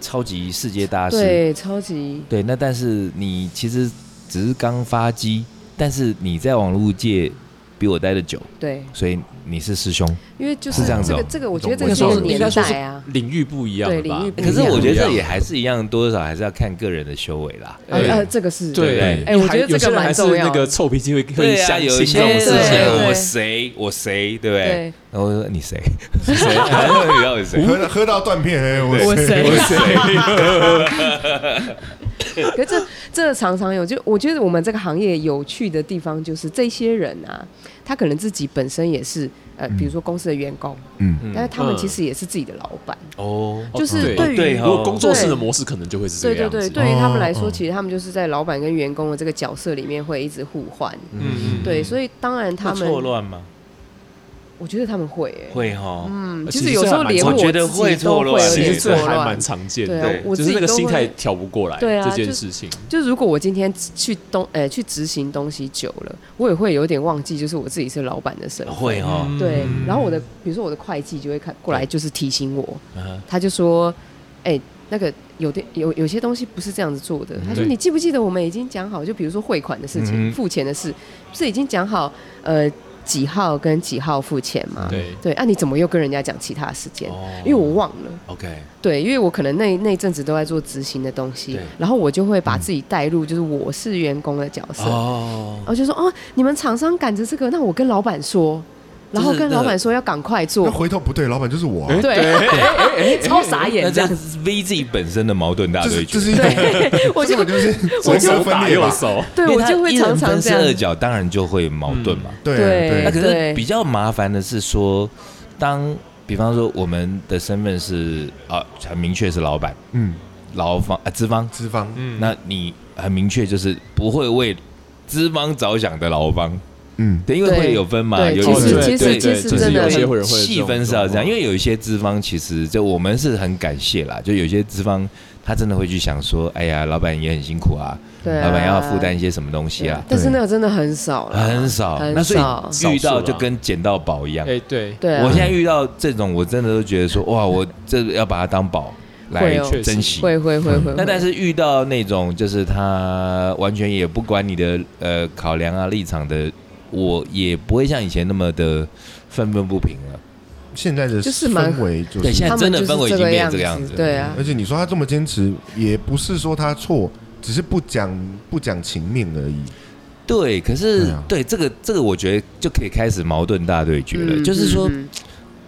Speaker 3: 超级世界大师，
Speaker 4: 对，超级
Speaker 3: 对那但是你其实只是刚发机，但是你在网络界比我待的久，
Speaker 4: 对，
Speaker 3: 所以你是师兄。
Speaker 4: 因为就是是
Speaker 3: 这样子
Speaker 4: 这个
Speaker 3: 哦
Speaker 4: 这个，我觉得
Speaker 1: 懂
Speaker 4: 这
Speaker 1: 我懂
Speaker 4: 个就是
Speaker 1: 我
Speaker 4: 年
Speaker 2: 应该说是
Speaker 4: 代啊，
Speaker 2: 领域不一样
Speaker 4: 对
Speaker 2: 吧
Speaker 4: 领域？不一
Speaker 3: 哎可
Speaker 4: 样
Speaker 3: 是我觉得这
Speaker 2: 不一
Speaker 3: 也
Speaker 2: 样
Speaker 3: 还是一样，多少还是要看个人的修为啦。
Speaker 4: 啊
Speaker 2: 对
Speaker 4: 呃，这个是
Speaker 2: 对，
Speaker 3: 对
Speaker 4: 哎我觉得
Speaker 2: 有
Speaker 4: 这
Speaker 2: 些
Speaker 4: 个
Speaker 2: 人还
Speaker 4: 蛮
Speaker 2: 是
Speaker 4: 重要
Speaker 2: 那
Speaker 4: 的
Speaker 2: 个臭脾气会会
Speaker 3: 对啊，
Speaker 2: 相信
Speaker 3: 有一
Speaker 2: 这
Speaker 3: 些
Speaker 2: 种事
Speaker 4: 对
Speaker 2: 情
Speaker 4: 对
Speaker 3: 人，
Speaker 4: 对
Speaker 3: 我谁我谁，对不对？
Speaker 4: 对，
Speaker 3: 然后我说你 谁谁，然后你要谁？
Speaker 1: 喝喝到断片，哎，我
Speaker 4: 我谁
Speaker 3: 我谁？
Speaker 4: 可这这常常有，就我觉得我们这个行业有趣的地方就是这些人啊，他可能自己本身也是呃，比如说公司的员工，
Speaker 1: 嗯，
Speaker 4: 但是他们
Speaker 2: 嗯
Speaker 4: 其实也是自己的老板，
Speaker 3: 哦，
Speaker 4: 就是
Speaker 2: 对
Speaker 4: 对于
Speaker 3: 哦
Speaker 2: 如果工作室的模式可能就会是这
Speaker 4: 对
Speaker 2: 个
Speaker 4: 对
Speaker 2: 样
Speaker 4: 对，
Speaker 2: 子。
Speaker 4: 对于他们来
Speaker 1: 哦
Speaker 4: 说，其实他们就是在老板跟员工的这个角色里面会一直互换，
Speaker 2: 嗯
Speaker 4: 对，所以当然他
Speaker 3: 会错
Speaker 4: 们，
Speaker 3: 乱吗？
Speaker 4: 我觉得他们会、欸，
Speaker 3: 会哈，
Speaker 4: 嗯，
Speaker 2: 其
Speaker 4: 其
Speaker 2: 实
Speaker 4: 实有时候连
Speaker 2: 这还蛮
Speaker 4: 自
Speaker 3: 我觉得会
Speaker 4: 己都
Speaker 3: 错
Speaker 4: 会
Speaker 3: 乱
Speaker 4: 有
Speaker 2: 哦啊其
Speaker 4: 点
Speaker 2: 实
Speaker 4: 错
Speaker 2: 这还
Speaker 4: 乱
Speaker 2: 蛮，常见
Speaker 4: 对
Speaker 2: 的，
Speaker 4: 啊
Speaker 3: 对，
Speaker 2: 就
Speaker 4: 我自
Speaker 2: 是
Speaker 4: 己
Speaker 2: 那个
Speaker 4: 都
Speaker 2: 心态
Speaker 4: 会。
Speaker 2: 调不过来
Speaker 4: 对啊
Speaker 2: 这件
Speaker 4: 就
Speaker 2: 事情。
Speaker 4: 就如果我今天去东呃去执行东西久了，我也会有点忘记，就是我自己是老板的身份。
Speaker 3: 会哈，
Speaker 4: 对，
Speaker 2: 嗯
Speaker 4: 然后我的比如说我的会计就会看过来，就是提醒我，
Speaker 3: 嗯
Speaker 4: 他就说，哎、那个有的有有些东西不是这样子做的。他说
Speaker 3: 对
Speaker 4: 你记不记得我们已经讲好，就比如说汇款的事情、
Speaker 3: 嗯
Speaker 4: 付钱的事，不是已经讲好呃几号跟几号付钱吗？
Speaker 2: 嗯对，
Speaker 4: 对，啊，你怎么又跟人家讲其他时间？
Speaker 3: 哦
Speaker 4: 因为我忘了，
Speaker 3: OK，
Speaker 4: 对，因为我可能那那一阵子都在做执行的东西
Speaker 3: 对，嗯
Speaker 4: 然后我就会把自己带入，就是我是员工的角色，
Speaker 3: 哦
Speaker 4: 然，后就说哦，你们厂商赶着这个，那我跟老板说，然后
Speaker 3: 就是
Speaker 4: 跟
Speaker 3: 那
Speaker 4: 老
Speaker 3: 个
Speaker 4: 板说要赶快做哎
Speaker 1: 那，回头不对，老板就是我啊、
Speaker 4: 对，超傻
Speaker 3: 那
Speaker 4: 眼这
Speaker 3: 这
Speaker 4: 样子。
Speaker 3: 是 V 自己本身的矛盾大
Speaker 1: 这
Speaker 3: 对
Speaker 1: 是
Speaker 3: 决
Speaker 1: 这，是一种，
Speaker 4: 我
Speaker 1: 这
Speaker 4: 就
Speaker 1: 种就是
Speaker 4: 我
Speaker 1: 左
Speaker 4: 就
Speaker 1: 手分裂吧。
Speaker 2: 手，
Speaker 4: 对
Speaker 3: 因
Speaker 4: 我
Speaker 3: 为他
Speaker 4: 就会
Speaker 3: 一人
Speaker 4: 常常
Speaker 3: 分
Speaker 4: 这
Speaker 3: 饰二
Speaker 4: 样，
Speaker 3: 角，当然就会矛盾嘛。
Speaker 1: 对
Speaker 4: 对
Speaker 1: 对
Speaker 3: 那可是
Speaker 4: 嗯对
Speaker 3: 比较麻烦的是说，当比方说我们的身份是啊，很明确是老板、
Speaker 1: 嗯，
Speaker 3: 劳方啊资方，
Speaker 1: 资方，
Speaker 2: 嗯
Speaker 3: 那你很明确就是不会为资方着想的劳方，
Speaker 1: 嗯，
Speaker 3: 对，因为
Speaker 4: 对
Speaker 3: 会有分嘛，
Speaker 4: 对
Speaker 3: 有
Speaker 4: 其实
Speaker 3: 有
Speaker 4: 其实
Speaker 3: 对
Speaker 4: 其
Speaker 3: 对
Speaker 4: 实
Speaker 3: 就是
Speaker 4: 真的
Speaker 3: 有
Speaker 4: 有
Speaker 3: 些
Speaker 4: 些
Speaker 2: 会有这种
Speaker 3: 细分是要这
Speaker 2: 状
Speaker 3: 样，
Speaker 2: 况
Speaker 3: 因为有一些资方其实就我们是很感谢啦，就有些资方他真的会去想说，哎呀，老板也很辛苦啊，
Speaker 4: 对啊，
Speaker 3: 老板要负担一些什么东西啊
Speaker 4: 对，但是那个真的很少了，
Speaker 3: 很少，
Speaker 4: 很
Speaker 3: 那所
Speaker 4: 少
Speaker 3: 以
Speaker 2: 少
Speaker 3: 遇
Speaker 2: 数
Speaker 3: 到
Speaker 2: 啦
Speaker 3: 就跟捡到宝一样。
Speaker 2: 哎，对，
Speaker 4: 对啊，
Speaker 3: 我现在遇到这种，我真的都觉得说，哇，我这要把它当宝来
Speaker 4: 会哦
Speaker 3: 珍惜。
Speaker 4: 会会会会，
Speaker 3: 嗯那但
Speaker 4: 是
Speaker 3: 是遇到那种就是他完全也不管你的呃考量啊立场的，我也不会像以前那么的愤愤不平了。
Speaker 1: 现在的
Speaker 4: 就是蛮
Speaker 1: 氛围就是，
Speaker 3: 对现在
Speaker 4: 他
Speaker 3: 真
Speaker 4: 们
Speaker 3: 的
Speaker 4: 就是
Speaker 3: 氛围已
Speaker 4: 这
Speaker 3: 经
Speaker 4: 个
Speaker 3: 变
Speaker 4: 样
Speaker 3: 这个样子，
Speaker 4: 对啊
Speaker 1: 而，且你说他这么坚持，也不是说他错，只是不讲不讲情面而已。
Speaker 3: 对。可
Speaker 1: 对
Speaker 3: 是
Speaker 1: 啊
Speaker 3: 对这个这个，我觉得就可以开始矛盾大对决了。
Speaker 4: 嗯
Speaker 3: 就是说，
Speaker 4: 嗯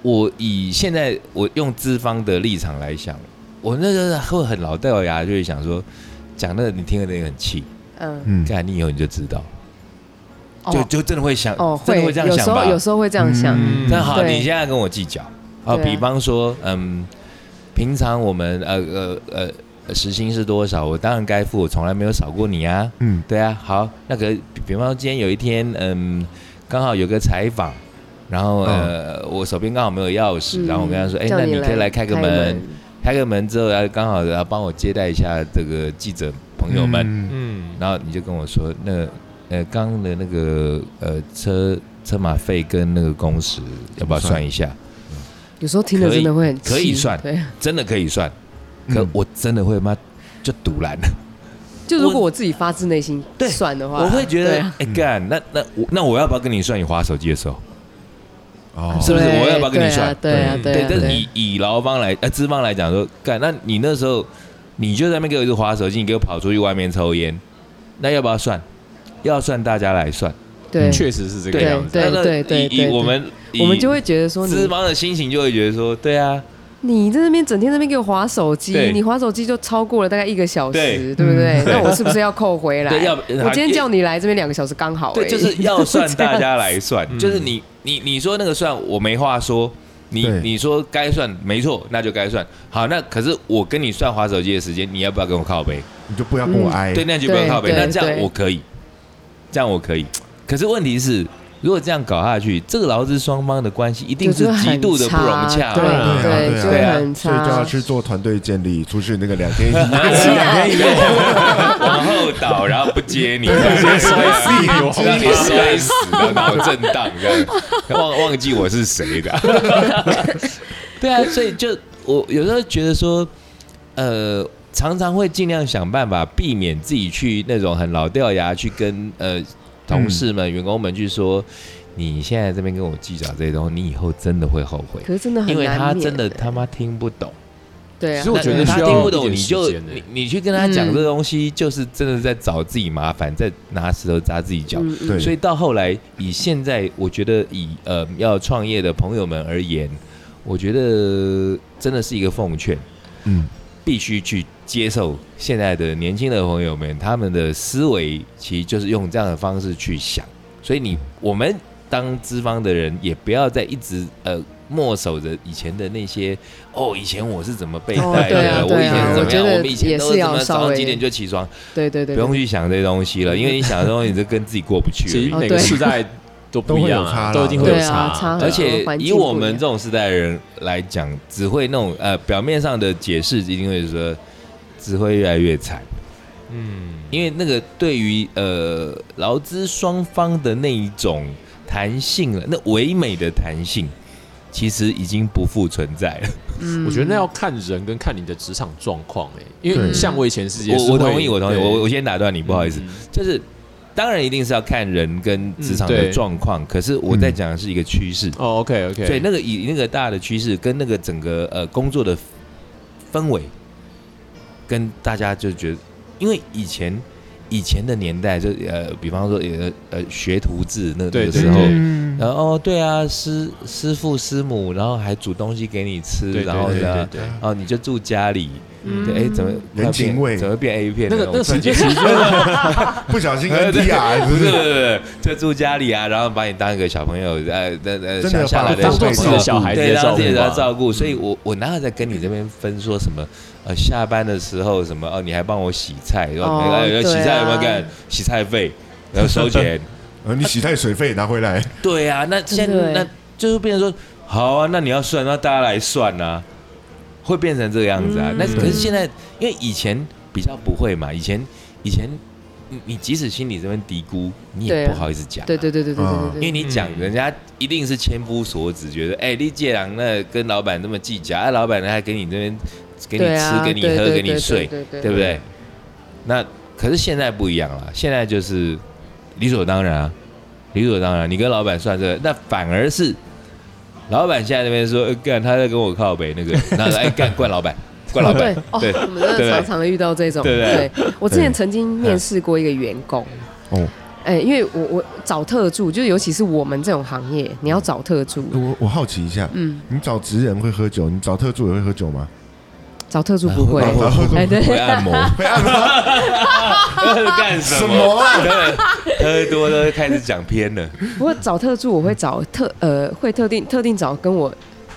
Speaker 3: 我以现在我用资方的立场来想，我那个会很老掉牙，就会想说，讲那个你听了那个很气，
Speaker 4: 嗯，
Speaker 1: 嗯，
Speaker 3: 看你以后你就知道，
Speaker 4: 哦
Speaker 3: 就就真的会想，
Speaker 4: 哦
Speaker 3: 真的
Speaker 4: 会
Speaker 3: 会这样
Speaker 4: 有
Speaker 3: 想
Speaker 4: 时
Speaker 3: 吧
Speaker 4: 候？有时候会这样想，
Speaker 2: 嗯
Speaker 3: 那好，
Speaker 4: 对
Speaker 3: 你现在跟我计较啊，
Speaker 4: 对啊
Speaker 3: 比方说，嗯，平常我们呃呃呃呃时薪是多少？我当然该付，我从来没有少过你啊。
Speaker 1: 嗯，
Speaker 3: 对啊，好，那个比比方说今天有一天，嗯，刚好有个采访，然后呃，我手边刚好没有钥匙，
Speaker 4: 嗯
Speaker 3: 然后我跟他说，哎，
Speaker 4: 叫
Speaker 3: 那你可以来开个门，
Speaker 4: 门
Speaker 3: 开个门之后，要刚好要帮我接待一下这个记者朋友们，
Speaker 1: 嗯，
Speaker 2: 嗯，
Speaker 3: 然后你就跟我说，那呃，刚刚的那个呃车车马费跟那个工时要不要算一下？
Speaker 4: 有时候听了真的会很气
Speaker 3: 可以可以算
Speaker 4: 对，啊
Speaker 3: 真的可以算，可
Speaker 1: 嗯
Speaker 3: 我真的会吗？就堵拦，
Speaker 4: 就如果我自己发自内心
Speaker 3: 对
Speaker 4: 算的话，
Speaker 3: 我会觉
Speaker 4: 对
Speaker 3: 得
Speaker 4: 啊，
Speaker 3: 哎干，那那我那我要不要跟你算你划手机的时候？
Speaker 1: 哦，
Speaker 3: 是不是
Speaker 4: 对
Speaker 3: 我要不要跟你算
Speaker 4: 对啊，对啊，
Speaker 3: 但是
Speaker 4: 对啊，
Speaker 3: 以以劳方来呃资方来讲说，干，那你那时候你就在那边给我一直划手机，你给我跑出去外面抽烟，那要不要算？要算大家来算，
Speaker 4: 对，
Speaker 2: 确实是这个
Speaker 4: 对
Speaker 2: 样子，，
Speaker 3: 那那
Speaker 4: 对对
Speaker 3: 以
Speaker 4: 对
Speaker 3: 以我
Speaker 4: 对
Speaker 3: 们
Speaker 4: 我们
Speaker 3: 以
Speaker 4: 就会觉得说
Speaker 3: 资
Speaker 4: 你
Speaker 3: 方的心情就会觉得说，对啊，
Speaker 4: 你在那边整天在那边给我划手机
Speaker 3: 对，
Speaker 4: 你划手机就超过了大概一个小时，
Speaker 3: 对
Speaker 4: 对不对
Speaker 1: 嗯？
Speaker 4: 那我是不是要扣回来？
Speaker 3: 对要
Speaker 4: 我今天叫你来这边两个小时刚好哎而
Speaker 3: 对，
Speaker 4: 已，
Speaker 3: 就是 要算大家来算
Speaker 2: 嗯
Speaker 3: 就是你你你说那个算我没话说，你
Speaker 1: 对
Speaker 3: 你说该算没错，那就该算。好，那可是我跟你算划手机的时间，你要不要跟我靠背？
Speaker 1: 你就不要跟我挨。
Speaker 3: 对，那就不要靠背。
Speaker 4: 哎嗯对
Speaker 3: 那
Speaker 4: 对
Speaker 3: 这样
Speaker 4: 对
Speaker 3: 我可以，这样我可以。可是问题是，如果这样搞下去，这个劳资双方的关系一定是
Speaker 4: 有时候
Speaker 3: 极
Speaker 4: 很
Speaker 3: 度的不融洽
Speaker 4: 差对
Speaker 3: 嘛。
Speaker 1: 啊对啊对啊
Speaker 4: 对，
Speaker 3: 对
Speaker 4: 就会
Speaker 3: 啊
Speaker 4: 很
Speaker 1: 所以就要
Speaker 4: 差。
Speaker 1: 去做团队建立，出去那个两天一夜，
Speaker 4: 啊
Speaker 3: 往后倒，然后不接你，
Speaker 1: 我
Speaker 3: 让你摔死的脑震荡，这样 忘忘记我是谁的。 对啊，所以就我有时候觉得说，呃，常常会尽量想办法避免自己去那种很老掉牙去跟呃同事
Speaker 4: 嗯
Speaker 3: 们、员工们去说，你现在这边跟我计较这些东西，你以后真的会后悔，
Speaker 4: 可是真的很
Speaker 3: 因为
Speaker 4: 难
Speaker 3: 他
Speaker 4: 免
Speaker 3: 真的
Speaker 4: 欸
Speaker 3: 他妈听不懂。
Speaker 4: 对
Speaker 2: 其
Speaker 4: 啊
Speaker 2: 实，我觉得
Speaker 3: 他
Speaker 2: 需要
Speaker 3: 听不
Speaker 2: 一
Speaker 3: 懂，
Speaker 2: 点
Speaker 3: 你
Speaker 2: 时
Speaker 3: 就
Speaker 2: 间呢
Speaker 3: 你你去跟他讲
Speaker 4: 嗯
Speaker 3: 这东西，就是真的在找自己麻烦，在拿石头砸自己脚。
Speaker 4: 嗯嗯
Speaker 1: 对
Speaker 3: 所以到后来，以现在我觉得以呃要创业的朋友们而言，我觉得真的是一个奉劝，
Speaker 1: 嗯，
Speaker 3: 必须去接受现在的年轻的朋友们，他们的思维其实就是用这样的方式去想。所以你我们当资方的人，也不要再一直呃墨守着以前的那些哦，以前我是怎么被
Speaker 4: 哦
Speaker 3: 带
Speaker 4: 对
Speaker 3: 的，
Speaker 4: 啊
Speaker 3: 我以
Speaker 1: 对啊
Speaker 3: 前是怎么
Speaker 1: 我觉
Speaker 3: 样，
Speaker 4: 得
Speaker 3: 我们以前
Speaker 4: 也
Speaker 3: 都
Speaker 4: 是
Speaker 3: 是怎
Speaker 4: 要
Speaker 3: 么
Speaker 4: 稍
Speaker 3: 早上
Speaker 4: 微
Speaker 3: 几点就起床，
Speaker 4: 对对对，
Speaker 3: 不用
Speaker 4: 对
Speaker 3: 去想这些东西了，因为你想这些东西，你就跟自己过不
Speaker 2: 其
Speaker 3: 去
Speaker 2: 实
Speaker 3: 而已。
Speaker 2: 每个
Speaker 4: 对
Speaker 2: 世代都不一样啊，
Speaker 1: 都有差啦
Speaker 2: 都一定会有
Speaker 4: 对啊差
Speaker 2: 对
Speaker 3: 而
Speaker 2: 啊
Speaker 3: 且
Speaker 4: 环境
Speaker 3: 以
Speaker 4: 不一
Speaker 3: 我们
Speaker 4: 样
Speaker 3: 这种时代的人来讲，只会那种呃表面上的解释，一定会说只会越来越惨。
Speaker 2: 嗯，
Speaker 3: 因为那个对于呃劳资双方的那一种弹性了，那唯美的弹性，其实已经不复存在了。
Speaker 4: 嗯
Speaker 2: 我觉得那要看人跟看你的职场状况哎，因为
Speaker 1: 对
Speaker 2: 像我以前 是也是
Speaker 3: 我我
Speaker 2: 会
Speaker 3: 同意，我同意，
Speaker 2: 对
Speaker 3: 我我先打断你，不好意思，
Speaker 2: 嗯
Speaker 3: 就是当然一定是要看人跟职
Speaker 2: 嗯
Speaker 3: 场的
Speaker 2: 对
Speaker 3: 状况，可是我在讲的是一个趋势，
Speaker 2: 哦，OK OK，
Speaker 3: 所以那个以那个大的趋势跟那个整个呃工作的氛围，跟大家就觉得，因为以前以前的年代就呃，比方说呃呃学徒制那那
Speaker 2: 对
Speaker 3: 个
Speaker 2: 对
Speaker 3: 时候。
Speaker 2: 对
Speaker 1: 嗯
Speaker 3: 然后哦，对啊，师师傅师母，然后还煮东西给你吃，
Speaker 2: 对对
Speaker 3: 然后
Speaker 2: 对
Speaker 3: 呢
Speaker 2: 对，对，
Speaker 3: 哦，你就住家里，
Speaker 2: 嗯
Speaker 3: 对，哎，怎么
Speaker 1: 人情味
Speaker 3: 怎么变 A 片
Speaker 2: 那
Speaker 3: 的
Speaker 2: 个
Speaker 3: 那
Speaker 2: 那
Speaker 3: 种？
Speaker 2: 个时间
Speaker 1: 不小心
Speaker 3: 对
Speaker 1: N
Speaker 3: 对
Speaker 1: T R
Speaker 3: 不
Speaker 1: 不
Speaker 3: 是不
Speaker 1: 是？
Speaker 3: 是，不是就住家里啊，然后把你当一个小朋友，呃，那那
Speaker 1: 真的
Speaker 3: 想
Speaker 1: 有
Speaker 3: 下
Speaker 1: 把
Speaker 3: 来
Speaker 1: 它
Speaker 3: 的
Speaker 2: 当
Speaker 1: 作
Speaker 2: 做自
Speaker 3: 小朋
Speaker 2: 己
Speaker 3: 友
Speaker 2: 的小孩
Speaker 3: 对，
Speaker 2: 在
Speaker 3: 然后
Speaker 2: 照
Speaker 3: 自己
Speaker 2: 顾
Speaker 3: 要
Speaker 2: 嘛，嗯
Speaker 3: 照顾，所以我我哪有在跟你这边分说什么呃下班的时候什么哦，你还帮我洗菜，然后
Speaker 4: 哦
Speaker 3: 呃
Speaker 4: 对啊
Speaker 3: 洗菜有没有干？洗菜费，然后收 钱，
Speaker 1: 呃，你洗太水费拿回来，
Speaker 3: 对啊，那现
Speaker 4: 真的
Speaker 3: 在
Speaker 4: 欸
Speaker 3: 那就是变成说，好啊，那你要算，那大家来算啊，会变成这个样子啊。
Speaker 4: 嗯
Speaker 3: 那可是现在，因为以前比较不会嘛，以前以前你你即使心里这边嘀咕，你
Speaker 4: 对
Speaker 3: 也
Speaker 4: 啊
Speaker 3: 不好意思讲、
Speaker 4: 对对。对对对对对
Speaker 3: 因为
Speaker 4: 对，
Speaker 3: 你讲，
Speaker 2: 嗯
Speaker 3: 人家一定是千夫所指，觉得哎，李介良那跟老板那么计较，啊，老板还给你这边给你
Speaker 4: 对
Speaker 3: 吃
Speaker 4: 啊，、
Speaker 3: 给你
Speaker 4: 对
Speaker 3: 喝、
Speaker 4: 对
Speaker 3: 给你
Speaker 4: 对
Speaker 3: 睡，
Speaker 4: 对对
Speaker 3: 对不对？那可是现在不一样了，现在就是理所当然啊，理所当然。你跟老板算这个，那反而是老板现在那边说，呃干、他在跟我靠北那个，那哎干怪老板，怪老板
Speaker 4: 对，哦，
Speaker 3: 对
Speaker 4: 我们真的常常遇到这种。
Speaker 3: 对不对
Speaker 4: 我之前曾经面试过一个员工，
Speaker 1: 哦，
Speaker 4: 哎，因为我我找特助，就尤其是我们这种行业，你要找特助，
Speaker 1: 我我好奇一下，
Speaker 4: 嗯，
Speaker 1: 你找职人会喝酒，你找特助也会喝酒吗？
Speaker 4: 找特助不会，
Speaker 3: 嗯
Speaker 1: 会会
Speaker 4: 哎，对，
Speaker 3: 会按摩，
Speaker 1: 会按吗？
Speaker 3: 干什
Speaker 1: 什么啊
Speaker 3: 对，喝多了开始讲偏了，
Speaker 4: 不过找特助我会找特呃，会特定特定找跟我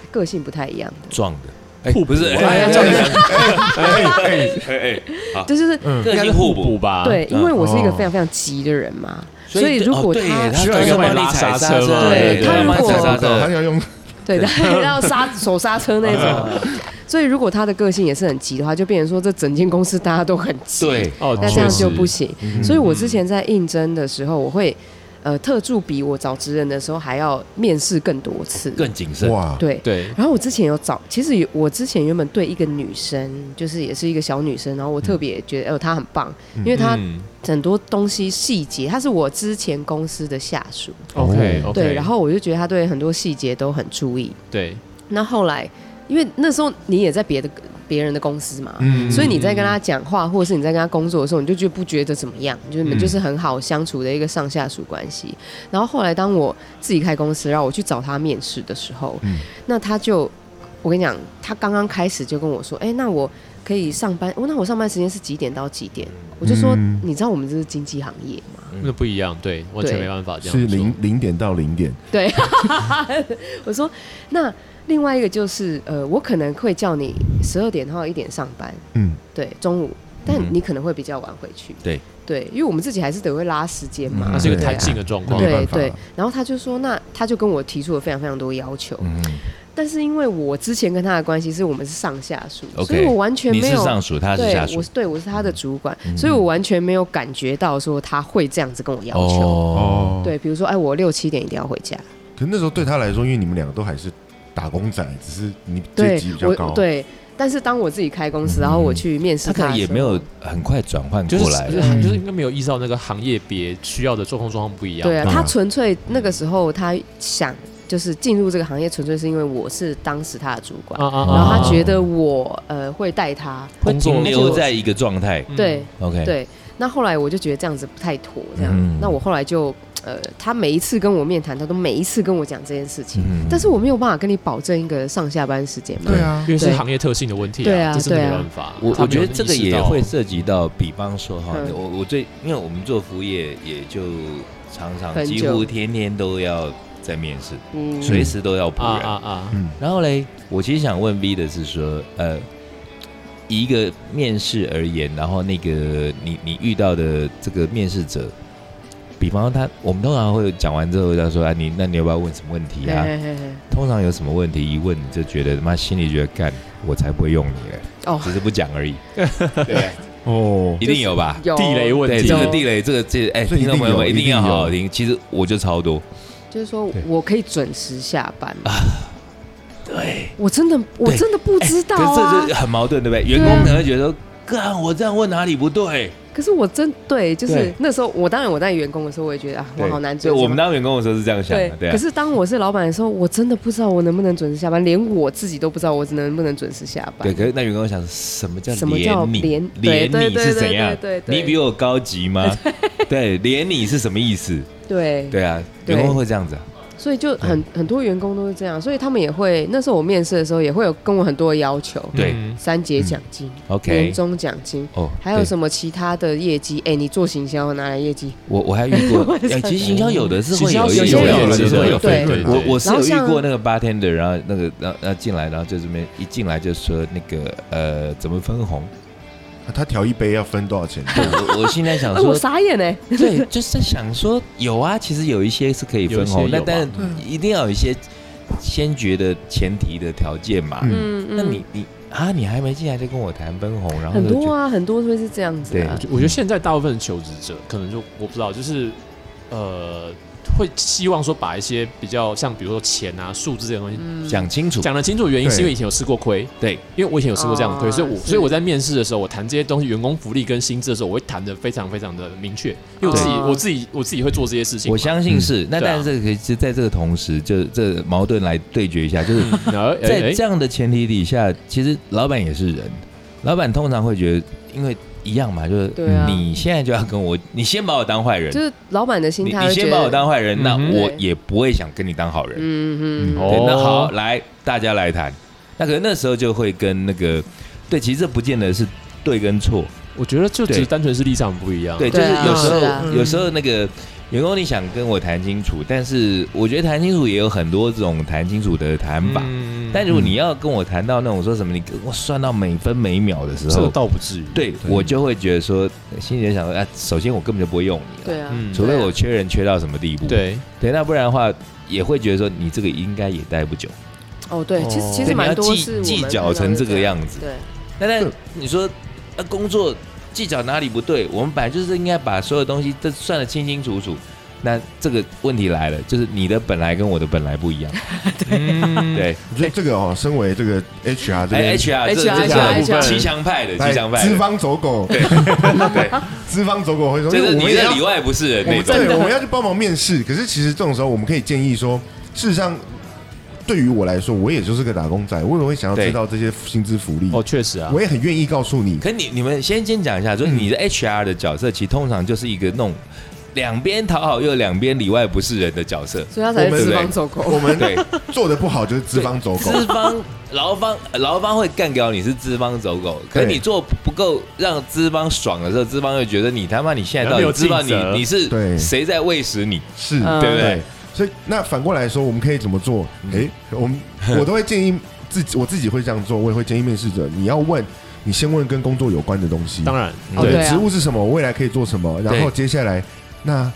Speaker 4: 个性不太一样的，
Speaker 3: 撞的，哎，不是，
Speaker 1: 哎哎
Speaker 3: 哎
Speaker 1: 哎哎，
Speaker 3: 哎哎，好，
Speaker 4: 就是
Speaker 1: 嗯
Speaker 3: 个性
Speaker 2: 互
Speaker 3: 互
Speaker 2: 补
Speaker 3: 补，
Speaker 2: 吧，
Speaker 4: 对，因为我是一个
Speaker 1: 哦
Speaker 4: 非常非常急的人嘛，所以如
Speaker 3: 啊哦
Speaker 4: 果
Speaker 3: 对耶
Speaker 4: 他
Speaker 3: 他
Speaker 2: 需要一个
Speaker 3: 刚刚
Speaker 2: 帮你
Speaker 3: 帮你
Speaker 2: 踩
Speaker 3: 踩
Speaker 2: 刹车嘛
Speaker 3: 对
Speaker 4: 对他
Speaker 3: 帮你
Speaker 4: 如果
Speaker 3: 踩刹车
Speaker 1: 他要用
Speaker 4: 对， 他要刹手刹车那
Speaker 3: 啊
Speaker 4: 种。所以如果他的个性也是很急的话，就变成说这整间公司大家都很急，
Speaker 3: 对，
Speaker 2: 哦，
Speaker 4: 那这
Speaker 2: 确
Speaker 4: 样
Speaker 2: 实
Speaker 4: 就不行。
Speaker 1: 嗯
Speaker 4: 所以我之前在应征的时候，我会呃特助比我找职人的时候还要面试更多次，
Speaker 3: 更谨慎，
Speaker 1: 嗯哇，
Speaker 4: 对。
Speaker 2: 对，
Speaker 4: 然后我之前有找，其实有我之前原本对一个女生，就是也是一个小女生，然后我特别觉得，哦、她很棒，因为她
Speaker 2: 嗯
Speaker 4: 很多东西细节，她是我之前公司的下属，
Speaker 2: OK
Speaker 1: 哦
Speaker 2: OK，
Speaker 4: 对，然后我就觉得她对很多细节都很注意，
Speaker 2: 对，
Speaker 4: 那后来，因为那时候你也在别的别人的公司嘛，
Speaker 1: 嗯
Speaker 4: 所以你在跟他讲话，或者是你在跟他工作的时候，你就觉得不觉得怎么样，就是你们
Speaker 1: 嗯
Speaker 4: 就是很好相处的一个上下属关系。然后后来，当我自己开公司，然后我去找他面试的时候，
Speaker 1: 嗯
Speaker 4: 那他就，我跟你讲，他刚刚开始就跟我说，哎、那我可以上班，哦，那我上班时间是几点到几点？我就说，
Speaker 1: 嗯
Speaker 4: 你知道我们这是经济行业吗？
Speaker 2: 那不一样，对，完全
Speaker 4: 嗯对
Speaker 2: 没办法这样
Speaker 1: 是
Speaker 2: 说
Speaker 1: 零零点到零点，
Speaker 4: 对，我说那另外一个就是呃，我可能会叫你十二点到一点上班，
Speaker 1: 嗯，
Speaker 4: 对，中午，但
Speaker 3: 嗯哼
Speaker 4: 你可能会比较晚回去。
Speaker 3: 对
Speaker 4: 对，因为我们自己还是得会拉时间嘛，
Speaker 1: 嗯
Speaker 2: 那是一个
Speaker 4: 对啊
Speaker 2: 弹性的状况
Speaker 1: 没，
Speaker 4: 对
Speaker 1: 办法
Speaker 4: 对
Speaker 1: 了，
Speaker 4: 然后他就说，那他就跟我提出了非常非常多要求，
Speaker 3: 嗯，
Speaker 4: 但是因为我之前跟他的关系是我们是上下属
Speaker 3: OK，
Speaker 4: 所以我完全
Speaker 3: 你
Speaker 4: 没
Speaker 3: 是
Speaker 4: 有
Speaker 3: 上属，他是
Speaker 4: 对
Speaker 3: 下，
Speaker 4: 我
Speaker 3: 属嗯
Speaker 4: 是，对我是他的主管，所以我完全没有感觉到说他会这样子跟我要求。
Speaker 3: 哦，
Speaker 1: 哦，
Speaker 4: 对，比如说，哎，我六七点一定要回家，
Speaker 1: 可那时候对他来说，因为你们两个都还是打工仔，只是你阶
Speaker 4: 对
Speaker 1: 级比较高
Speaker 4: 我，对，但是当我自己开公司，然后我去面试
Speaker 3: 嗯他可
Speaker 4: 他
Speaker 3: 能
Speaker 4: 的
Speaker 3: 也
Speaker 4: 时
Speaker 3: 没
Speaker 4: 候
Speaker 3: 有很快转换
Speaker 2: 就是
Speaker 3: 过来
Speaker 2: 就
Speaker 3: 了，
Speaker 2: 是
Speaker 4: 嗯
Speaker 2: 就是应该没有依照那个行业别需要的状况状况不一样，
Speaker 4: 对啊，
Speaker 1: 嗯
Speaker 4: 他纯粹那个时候他想就是进入这个行业，纯粹是因为我是当时他的主管，
Speaker 2: 啊
Speaker 3: 哦
Speaker 2: 啊，
Speaker 4: 然后
Speaker 2: 啊
Speaker 4: 他觉得我呃会带他，
Speaker 3: 会
Speaker 2: 工作
Speaker 3: 停留在一个状态。
Speaker 2: 嗯
Speaker 4: 对
Speaker 3: OK，，
Speaker 4: 对。那后来我就觉得这样子不太妥，这样。
Speaker 3: 嗯
Speaker 4: 那我后来就呃，他每一次跟我面谈，他都每一次跟我讲这件事情，
Speaker 3: 嗯
Speaker 4: 但是我没有办法跟你保证一个上下班时间嘛。
Speaker 1: 对啊
Speaker 2: 因，为是
Speaker 4: 对
Speaker 2: 行业特性的问题，
Speaker 4: 对啊
Speaker 2: 这真的
Speaker 4: 对
Speaker 2: 没
Speaker 4: 啊
Speaker 2: 办法，
Speaker 3: 我
Speaker 2: 他
Speaker 3: 我
Speaker 2: 没有
Speaker 3: 觉得这个
Speaker 2: 意识
Speaker 3: 也
Speaker 2: 到
Speaker 3: 会涉及到，比方说哈，
Speaker 4: 嗯
Speaker 3: 我我最因为我们做服务业，也就常常
Speaker 4: 很久
Speaker 3: 几乎天天都要在面试，
Speaker 4: 嗯，
Speaker 3: 随时都要补
Speaker 2: 啊
Speaker 3: 人。
Speaker 2: 啊 啊，
Speaker 1: 嗯，
Speaker 3: 然后嘞，我其实想问 V 的是说，呃，以一个面试而言，然后那个你你遇到的这个面试者，比方说他，我们通常会讲完之后，他说啊，你那你要不要问什么问题
Speaker 4: 嘿
Speaker 3: 啊？
Speaker 4: 嘿嘿嘿
Speaker 3: 通常有什么问题一问，你就觉得他妈心里觉得干，我才不会用你嘞，
Speaker 4: 哦，
Speaker 3: 只是不讲而已，
Speaker 1: 哦
Speaker 3: 一，定有吧？
Speaker 4: 有
Speaker 2: 地雷问
Speaker 3: 对，
Speaker 2: 题
Speaker 3: 这
Speaker 4: 有
Speaker 3: 个地雷，这个这个哎，
Speaker 1: 所以一
Speaker 3: 听
Speaker 1: 定
Speaker 3: 众朋友们
Speaker 1: 有一
Speaker 3: 一定
Speaker 1: 定
Speaker 3: 要好
Speaker 1: 有
Speaker 3: 好听。其实我就超多，
Speaker 4: 就是说
Speaker 3: 对啊
Speaker 4: 我可以准时下班嘛
Speaker 3: 对，哎
Speaker 4: 我真的我真的不知道
Speaker 3: 可是
Speaker 4: 啊
Speaker 3: 这。就很矛盾，对不对？员工可能会觉得说，干，我这样问哪里不对？
Speaker 4: 可是我真对，就是
Speaker 3: 对
Speaker 4: 那时候我当然我在员工的时候，我也觉得啊，我
Speaker 3: 对
Speaker 4: 好难追
Speaker 3: 对，
Speaker 4: 什么。
Speaker 3: 我们当员工的时候是这样想
Speaker 4: 对
Speaker 3: 的，对啊
Speaker 4: 可。是当我是老板的时候，我真的不知道我能不能准时下班，连我自己都不知道我能不能准时下班。
Speaker 3: 对，可是那员工想，什么叫
Speaker 4: 什么叫
Speaker 3: 你？
Speaker 4: 连对
Speaker 3: 连
Speaker 4: 对
Speaker 3: 你
Speaker 4: 对
Speaker 3: 是
Speaker 4: 对
Speaker 3: 怎样
Speaker 4: 对对？对
Speaker 3: 你比我高级吗？对，连你是什么意思？
Speaker 4: 对
Speaker 3: 对啊，
Speaker 4: 对
Speaker 3: 员工会这样子啊。
Speaker 4: 所以就很很多员工都是这样，所以他们也会那时候我面试的时候也会有跟我很多的要求，
Speaker 3: 对
Speaker 2: 嗯
Speaker 4: 三节奖金、年
Speaker 3: OK，
Speaker 4: 终奖金，
Speaker 3: 哦，
Speaker 4: 还有
Speaker 3: 对
Speaker 4: 什么其他的业绩？哎、你做行销拿来业绩，
Speaker 3: 我我还遇过，哎其实行销有的是会有
Speaker 2: 行销
Speaker 3: 一
Speaker 2: 有
Speaker 3: 些
Speaker 2: 有
Speaker 3: 的
Speaker 2: 的
Speaker 3: 是
Speaker 2: 是
Speaker 3: 会
Speaker 2: 会
Speaker 3: 有
Speaker 2: 有
Speaker 3: 费
Speaker 2: 费
Speaker 3: 用
Speaker 4: 对
Speaker 2: 对
Speaker 3: 我我是
Speaker 4: 然后
Speaker 3: 有遇
Speaker 4: 像
Speaker 3: 过那个 bartender，然后那个然后然后进来，然后就这边一进来就说那个呃怎么分红？
Speaker 1: 他调一杯要分多少钱？
Speaker 3: 对我我现在想
Speaker 4: 哎、
Speaker 3: 说
Speaker 4: 我，傻眼哎、
Speaker 3: 对，就是在想说有啊，其实有一些是可以分
Speaker 2: 有
Speaker 3: 红，
Speaker 2: 一些
Speaker 3: 那
Speaker 2: 有
Speaker 3: 但
Speaker 2: 吧
Speaker 3: 一定要有一些先决的前提的条件嘛。
Speaker 1: 嗯
Speaker 4: 嗯嗯，
Speaker 3: 那你你啊，你还没进来就跟我谈分红，然后
Speaker 4: 很
Speaker 3: 就觉
Speaker 4: 多
Speaker 3: 得
Speaker 4: 啊，很多会是这样子啊
Speaker 2: 我，觉我觉得现在大部分的求职者可能就我不知道，就是呃，会希望说把一些比较像比如说钱啊、数字这些东西
Speaker 4: 嗯，
Speaker 3: 讲清楚，
Speaker 2: 讲得清楚，原因是因
Speaker 1: 对
Speaker 2: 为以前有吃过亏，
Speaker 3: 对，
Speaker 2: 因为我以前有吃过这样的亏，
Speaker 4: 哦
Speaker 2: 所以我
Speaker 4: 是
Speaker 2: 所以我在面试的时候，我谈这些东西，员工福利跟薪资的时候，我会谈的非常非常的明确，因为我自己
Speaker 4: 对
Speaker 2: 我自己我自己会做这些事情嘛。
Speaker 3: 我相信
Speaker 4: 嗯
Speaker 3: 是。那
Speaker 2: 对啊
Speaker 3: 但是可以其实在这个同时，就这个矛盾来对决一下，就是
Speaker 2: 嗯然后哎
Speaker 3: 在
Speaker 2: 哎
Speaker 3: 这样的前提底下，其实老板也是人，老板通常会觉得，因为一样嘛，就是
Speaker 4: 对啊
Speaker 3: 你现在就要跟我，你先把我当坏人
Speaker 4: 就，是老板的心
Speaker 3: 你
Speaker 4: 态
Speaker 3: 你
Speaker 4: 会觉
Speaker 3: 先把我
Speaker 4: 得，
Speaker 3: 当坏人，那
Speaker 2: 嗯
Speaker 3: 我
Speaker 4: 对
Speaker 3: 也不会想跟你当好人。
Speaker 4: 嗯嗯，
Speaker 2: 哦
Speaker 3: 对，那好，来大家来谈。那可能那时候就会跟那个，对，其实这不见得是对跟错，
Speaker 2: 我觉得就只
Speaker 3: 对
Speaker 2: 是单纯是立场不一样。
Speaker 3: 对，就
Speaker 4: 对
Speaker 3: 是
Speaker 4: 啊
Speaker 3: 有时候、
Speaker 4: 是啊
Speaker 3: 有时候那个员工你想跟我谈清楚，但是我觉得谈清楚也有很多种谈清楚的谈法。
Speaker 2: 嗯
Speaker 3: 但如果你要跟我谈到那种说什么你跟我算到每分每秒的时
Speaker 2: 这个
Speaker 3: 候，
Speaker 2: 倒不至于。
Speaker 3: 对我就会觉得说，心里就想说，啊，首先我根本就不会用你了，
Speaker 4: 对啊，
Speaker 2: 嗯
Speaker 3: 除非我缺人缺到什么地步，
Speaker 2: 对，
Speaker 3: 对，那不然的话也会觉得说你这个应该也待不久。
Speaker 4: 哦对，其实
Speaker 2: 哦
Speaker 4: 其
Speaker 3: 对
Speaker 4: 实
Speaker 3: 你要
Speaker 4: 蛮多
Speaker 3: 计
Speaker 4: 是我们
Speaker 3: 计
Speaker 4: 看
Speaker 3: 较
Speaker 4: 到
Speaker 3: 成
Speaker 4: 的
Speaker 3: 这个
Speaker 4: 样
Speaker 3: 样子
Speaker 4: 对，
Speaker 3: 那但
Speaker 1: 对
Speaker 3: 你说，那工作计较哪里不对？我们本来就是应该把所有东西都算得清清楚楚。那这个问题来了，就是你的本来跟我的本来不一样，
Speaker 2: 嗯，
Speaker 3: 对。
Speaker 1: 我觉得这个哦，身为这个 HR 这
Speaker 3: 哎
Speaker 1: 边
Speaker 3: ，HR 这
Speaker 4: HR
Speaker 3: 这个部
Speaker 4: HR
Speaker 3: 分骑墙派的，
Speaker 1: 来
Speaker 3: 骑墙派
Speaker 1: 哎资
Speaker 3: 的，
Speaker 1: 方走狗，
Speaker 3: 对，
Speaker 1: 资方走狗会说，
Speaker 3: 就
Speaker 1: 因为
Speaker 3: 是
Speaker 1: 我
Speaker 3: 你
Speaker 1: 们也
Speaker 3: 的
Speaker 1: 要
Speaker 3: 里外不是人
Speaker 1: 我
Speaker 3: 那
Speaker 1: 们
Speaker 3: 种。
Speaker 1: 对，我们要去帮忙面试。可是其实这种时候，我们可以建议说，事实上，对于我来说，我也就是个打工仔，我也会想要知道这些薪资福利，
Speaker 2: 哦，确实啊
Speaker 1: 我，也很愿意告诉你。
Speaker 3: 可你你们先先讲一下，
Speaker 1: 嗯
Speaker 3: 就是你的 HR 的角色，其实通常就是一个那种两边讨好又两边里外不是人的角色。
Speaker 4: 所以他才
Speaker 1: 我们
Speaker 4: 是资
Speaker 3: 对
Speaker 4: 方走狗。
Speaker 1: 我们
Speaker 3: 对，
Speaker 1: 做的不好就是资方走狗，
Speaker 3: 资方、劳方、呃劳方会干掉你是资方走狗，可
Speaker 1: 对
Speaker 3: 你做不够让资方爽的时候，资方会觉得你他妈你现在到
Speaker 2: 没有
Speaker 3: 底知道
Speaker 2: 尽责
Speaker 3: 你你是
Speaker 1: 对
Speaker 3: 谁在喂食你？
Speaker 1: 是，
Speaker 4: 嗯
Speaker 3: 对不对
Speaker 1: 对。所以那反过来说，我们可以怎么做？诶，我们我都会建议自己，我自己会这样做，我也会建议面试者，你要问，你先问跟工作有关的东西。
Speaker 2: 当然，
Speaker 3: 哦
Speaker 4: 对啊
Speaker 1: 职务是什么，我未来可以做什么，然后
Speaker 3: 对
Speaker 1: 接下来那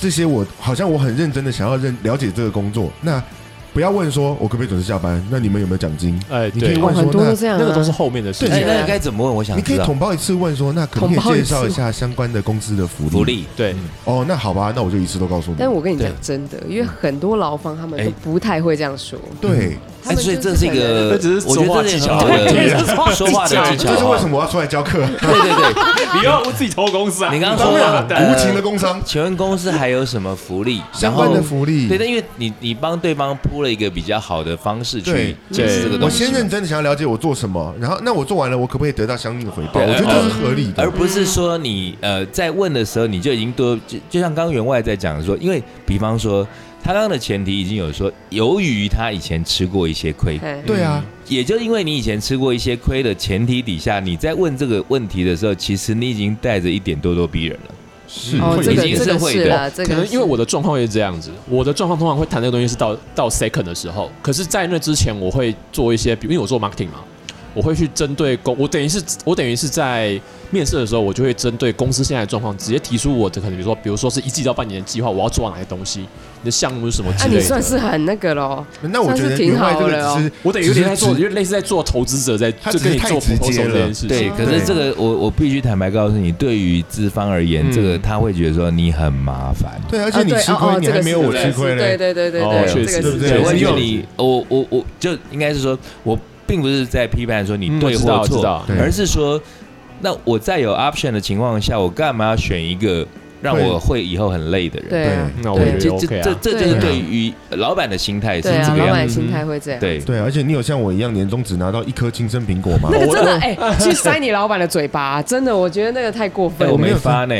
Speaker 1: 这些我好像我很认真的想要认了解这个工作，那不要问说我可不可以准时下班，那你们有没有奖金？
Speaker 2: 哎，
Speaker 1: 你可以
Speaker 2: 对，
Speaker 1: 问
Speaker 4: 很
Speaker 1: 说
Speaker 4: 多
Speaker 1: 那
Speaker 4: 都这样、啊，
Speaker 2: 那个都是后面的事
Speaker 3: 哎
Speaker 2: 情。
Speaker 3: 那该怎么问？我想
Speaker 1: 你可
Speaker 3: 知
Speaker 1: 以
Speaker 3: 道。
Speaker 1: 统包一次问说，那可不可
Speaker 4: 统包
Speaker 1: 以
Speaker 4: 一
Speaker 1: 介
Speaker 4: 次
Speaker 1: 绍一下相关的公司的福利？
Speaker 3: 福利
Speaker 2: 对，
Speaker 1: 哦，那好吧，那我就一次都告诉你。
Speaker 4: 但我跟你讲
Speaker 3: 对
Speaker 4: 真的，因为很多劳方他们
Speaker 3: 哎
Speaker 4: 都不太会这样说，
Speaker 1: 对，
Speaker 4: 他
Speaker 3: 哎，
Speaker 4: 们
Speaker 3: 所以
Speaker 4: 就
Speaker 3: 这是一
Speaker 4: 可能
Speaker 3: 个，
Speaker 2: 这只是
Speaker 3: 我觉得这是
Speaker 2: 说
Speaker 3: 很
Speaker 2: 话
Speaker 3: 好
Speaker 2: 技巧对
Speaker 3: 的
Speaker 2: 这是说话
Speaker 3: 说话的技巧。啊
Speaker 1: 这是为什？么我要出来教课？
Speaker 3: 对对对，
Speaker 2: 你要我自己投公司啊
Speaker 3: 你刚刚
Speaker 1: 当
Speaker 3: 说
Speaker 1: 然
Speaker 3: 呃
Speaker 1: 无情的工伤，
Speaker 3: 请问公司还有什么福利？
Speaker 1: 相关的福利。
Speaker 3: 对，但因为你你帮对方铺了一个比较好的方式去
Speaker 1: 对
Speaker 3: 解释
Speaker 4: 嗯
Speaker 3: 这个
Speaker 1: 我
Speaker 3: 东西
Speaker 1: 先
Speaker 3: 嘛，
Speaker 1: 认真的想要了解我做什么，然后那我做完了，我可不可以得到相应的回报？
Speaker 3: 对
Speaker 1: 我觉得
Speaker 3: 而
Speaker 1: 这是合理的。
Speaker 3: 而不是说你呃在问的时候你就已经多就就像刚刚员外在讲的说，因为比方说他刚刚的前提已经有说，由于他以前吃过一些亏，
Speaker 4: 哎
Speaker 1: 对啊，
Speaker 3: 也就因为你以前吃过一些亏的前提底下，你在问这个问题的时候，其实你已经带着一点咄咄逼人了。
Speaker 1: 是
Speaker 4: 哦，
Speaker 2: 会
Speaker 4: 这个
Speaker 3: 嗯已经
Speaker 4: 这
Speaker 3: 是
Speaker 4: 个
Speaker 3: 会
Speaker 4: 是
Speaker 3: 的
Speaker 4: 啦，这个
Speaker 2: 可能因为
Speaker 4: 是
Speaker 2: 我的状况也是这样子，我的状况通常会谈这个东西是到到 second 的时候，可是，在那之前我会做一些，比如因为我做 marketing 嘛，我会去针对公，我等于是我等于是在面试的时候，我就会针对公司现在的状况，直接提出我的可能，比如说，比如说是一季到半年的计划，我要做哪些东西，你的项目是什么
Speaker 4: 啊，
Speaker 2: 之类
Speaker 4: 你
Speaker 2: 的。
Speaker 4: 算是很那个咯。
Speaker 1: 那我觉
Speaker 4: 算
Speaker 1: 得
Speaker 4: 是挺
Speaker 1: 员外
Speaker 4: 好
Speaker 1: 这个
Speaker 4: 的哦
Speaker 1: 只是，
Speaker 2: 我等于有点在做，
Speaker 1: 只是
Speaker 2: 有点类似在做投资者在，
Speaker 1: 他
Speaker 2: 就
Speaker 1: 只是
Speaker 2: 跟你
Speaker 1: 太
Speaker 2: 做
Speaker 1: 直
Speaker 2: proposal
Speaker 1: 接
Speaker 2: 这
Speaker 1: 了
Speaker 2: 件事情。
Speaker 3: 对，可是这个我我必须坦白告诉你，对于资方而言，
Speaker 2: 嗯
Speaker 3: 这个他会觉得说你很麻烦。
Speaker 1: 对，而且你
Speaker 4: 啊对
Speaker 1: 吃
Speaker 4: 哦
Speaker 1: 亏，
Speaker 4: 哦
Speaker 1: 你
Speaker 4: 这
Speaker 1: 还
Speaker 4: 个
Speaker 1: 没有
Speaker 4: 是
Speaker 1: 我
Speaker 4: 对
Speaker 1: 吃亏
Speaker 4: 是对
Speaker 1: 嘞。
Speaker 4: 对对对
Speaker 2: 哦
Speaker 4: 对，
Speaker 2: 确
Speaker 4: 这个
Speaker 2: 实
Speaker 4: 是
Speaker 1: 对
Speaker 3: 对，
Speaker 1: 我
Speaker 3: 我
Speaker 1: 是
Speaker 3: 觉
Speaker 1: 用
Speaker 3: 得你，我我我就应该是说，我并不是在批判说你
Speaker 2: 嗯
Speaker 3: 对
Speaker 2: 我知
Speaker 3: 或
Speaker 2: 道我知
Speaker 3: 错
Speaker 2: 道，
Speaker 1: 对
Speaker 3: 而是说，那我在有 option 的情况下，我干嘛要选一个让我会以后很累的人？
Speaker 4: 对啊
Speaker 2: 那我觉得
Speaker 3: 这
Speaker 2: OK
Speaker 3: 这
Speaker 2: 啊
Speaker 3: 这这就
Speaker 1: 对啊
Speaker 3: 是对于老板的心态是
Speaker 4: 对
Speaker 3: 这
Speaker 4: 啊，
Speaker 3: 个
Speaker 4: 老
Speaker 3: 样
Speaker 4: 板
Speaker 3: 子。
Speaker 4: 的心态会这样。
Speaker 3: 对，
Speaker 1: 对，啊而且你有像我一样年终只拿到一颗青生苹果吗？
Speaker 4: 那个
Speaker 2: 我
Speaker 4: 真的哎、去塞你老板的嘴巴，真的，我觉得那个太过
Speaker 3: 哎，
Speaker 4: 分
Speaker 3: 我
Speaker 4: 了。
Speaker 3: 没发呢。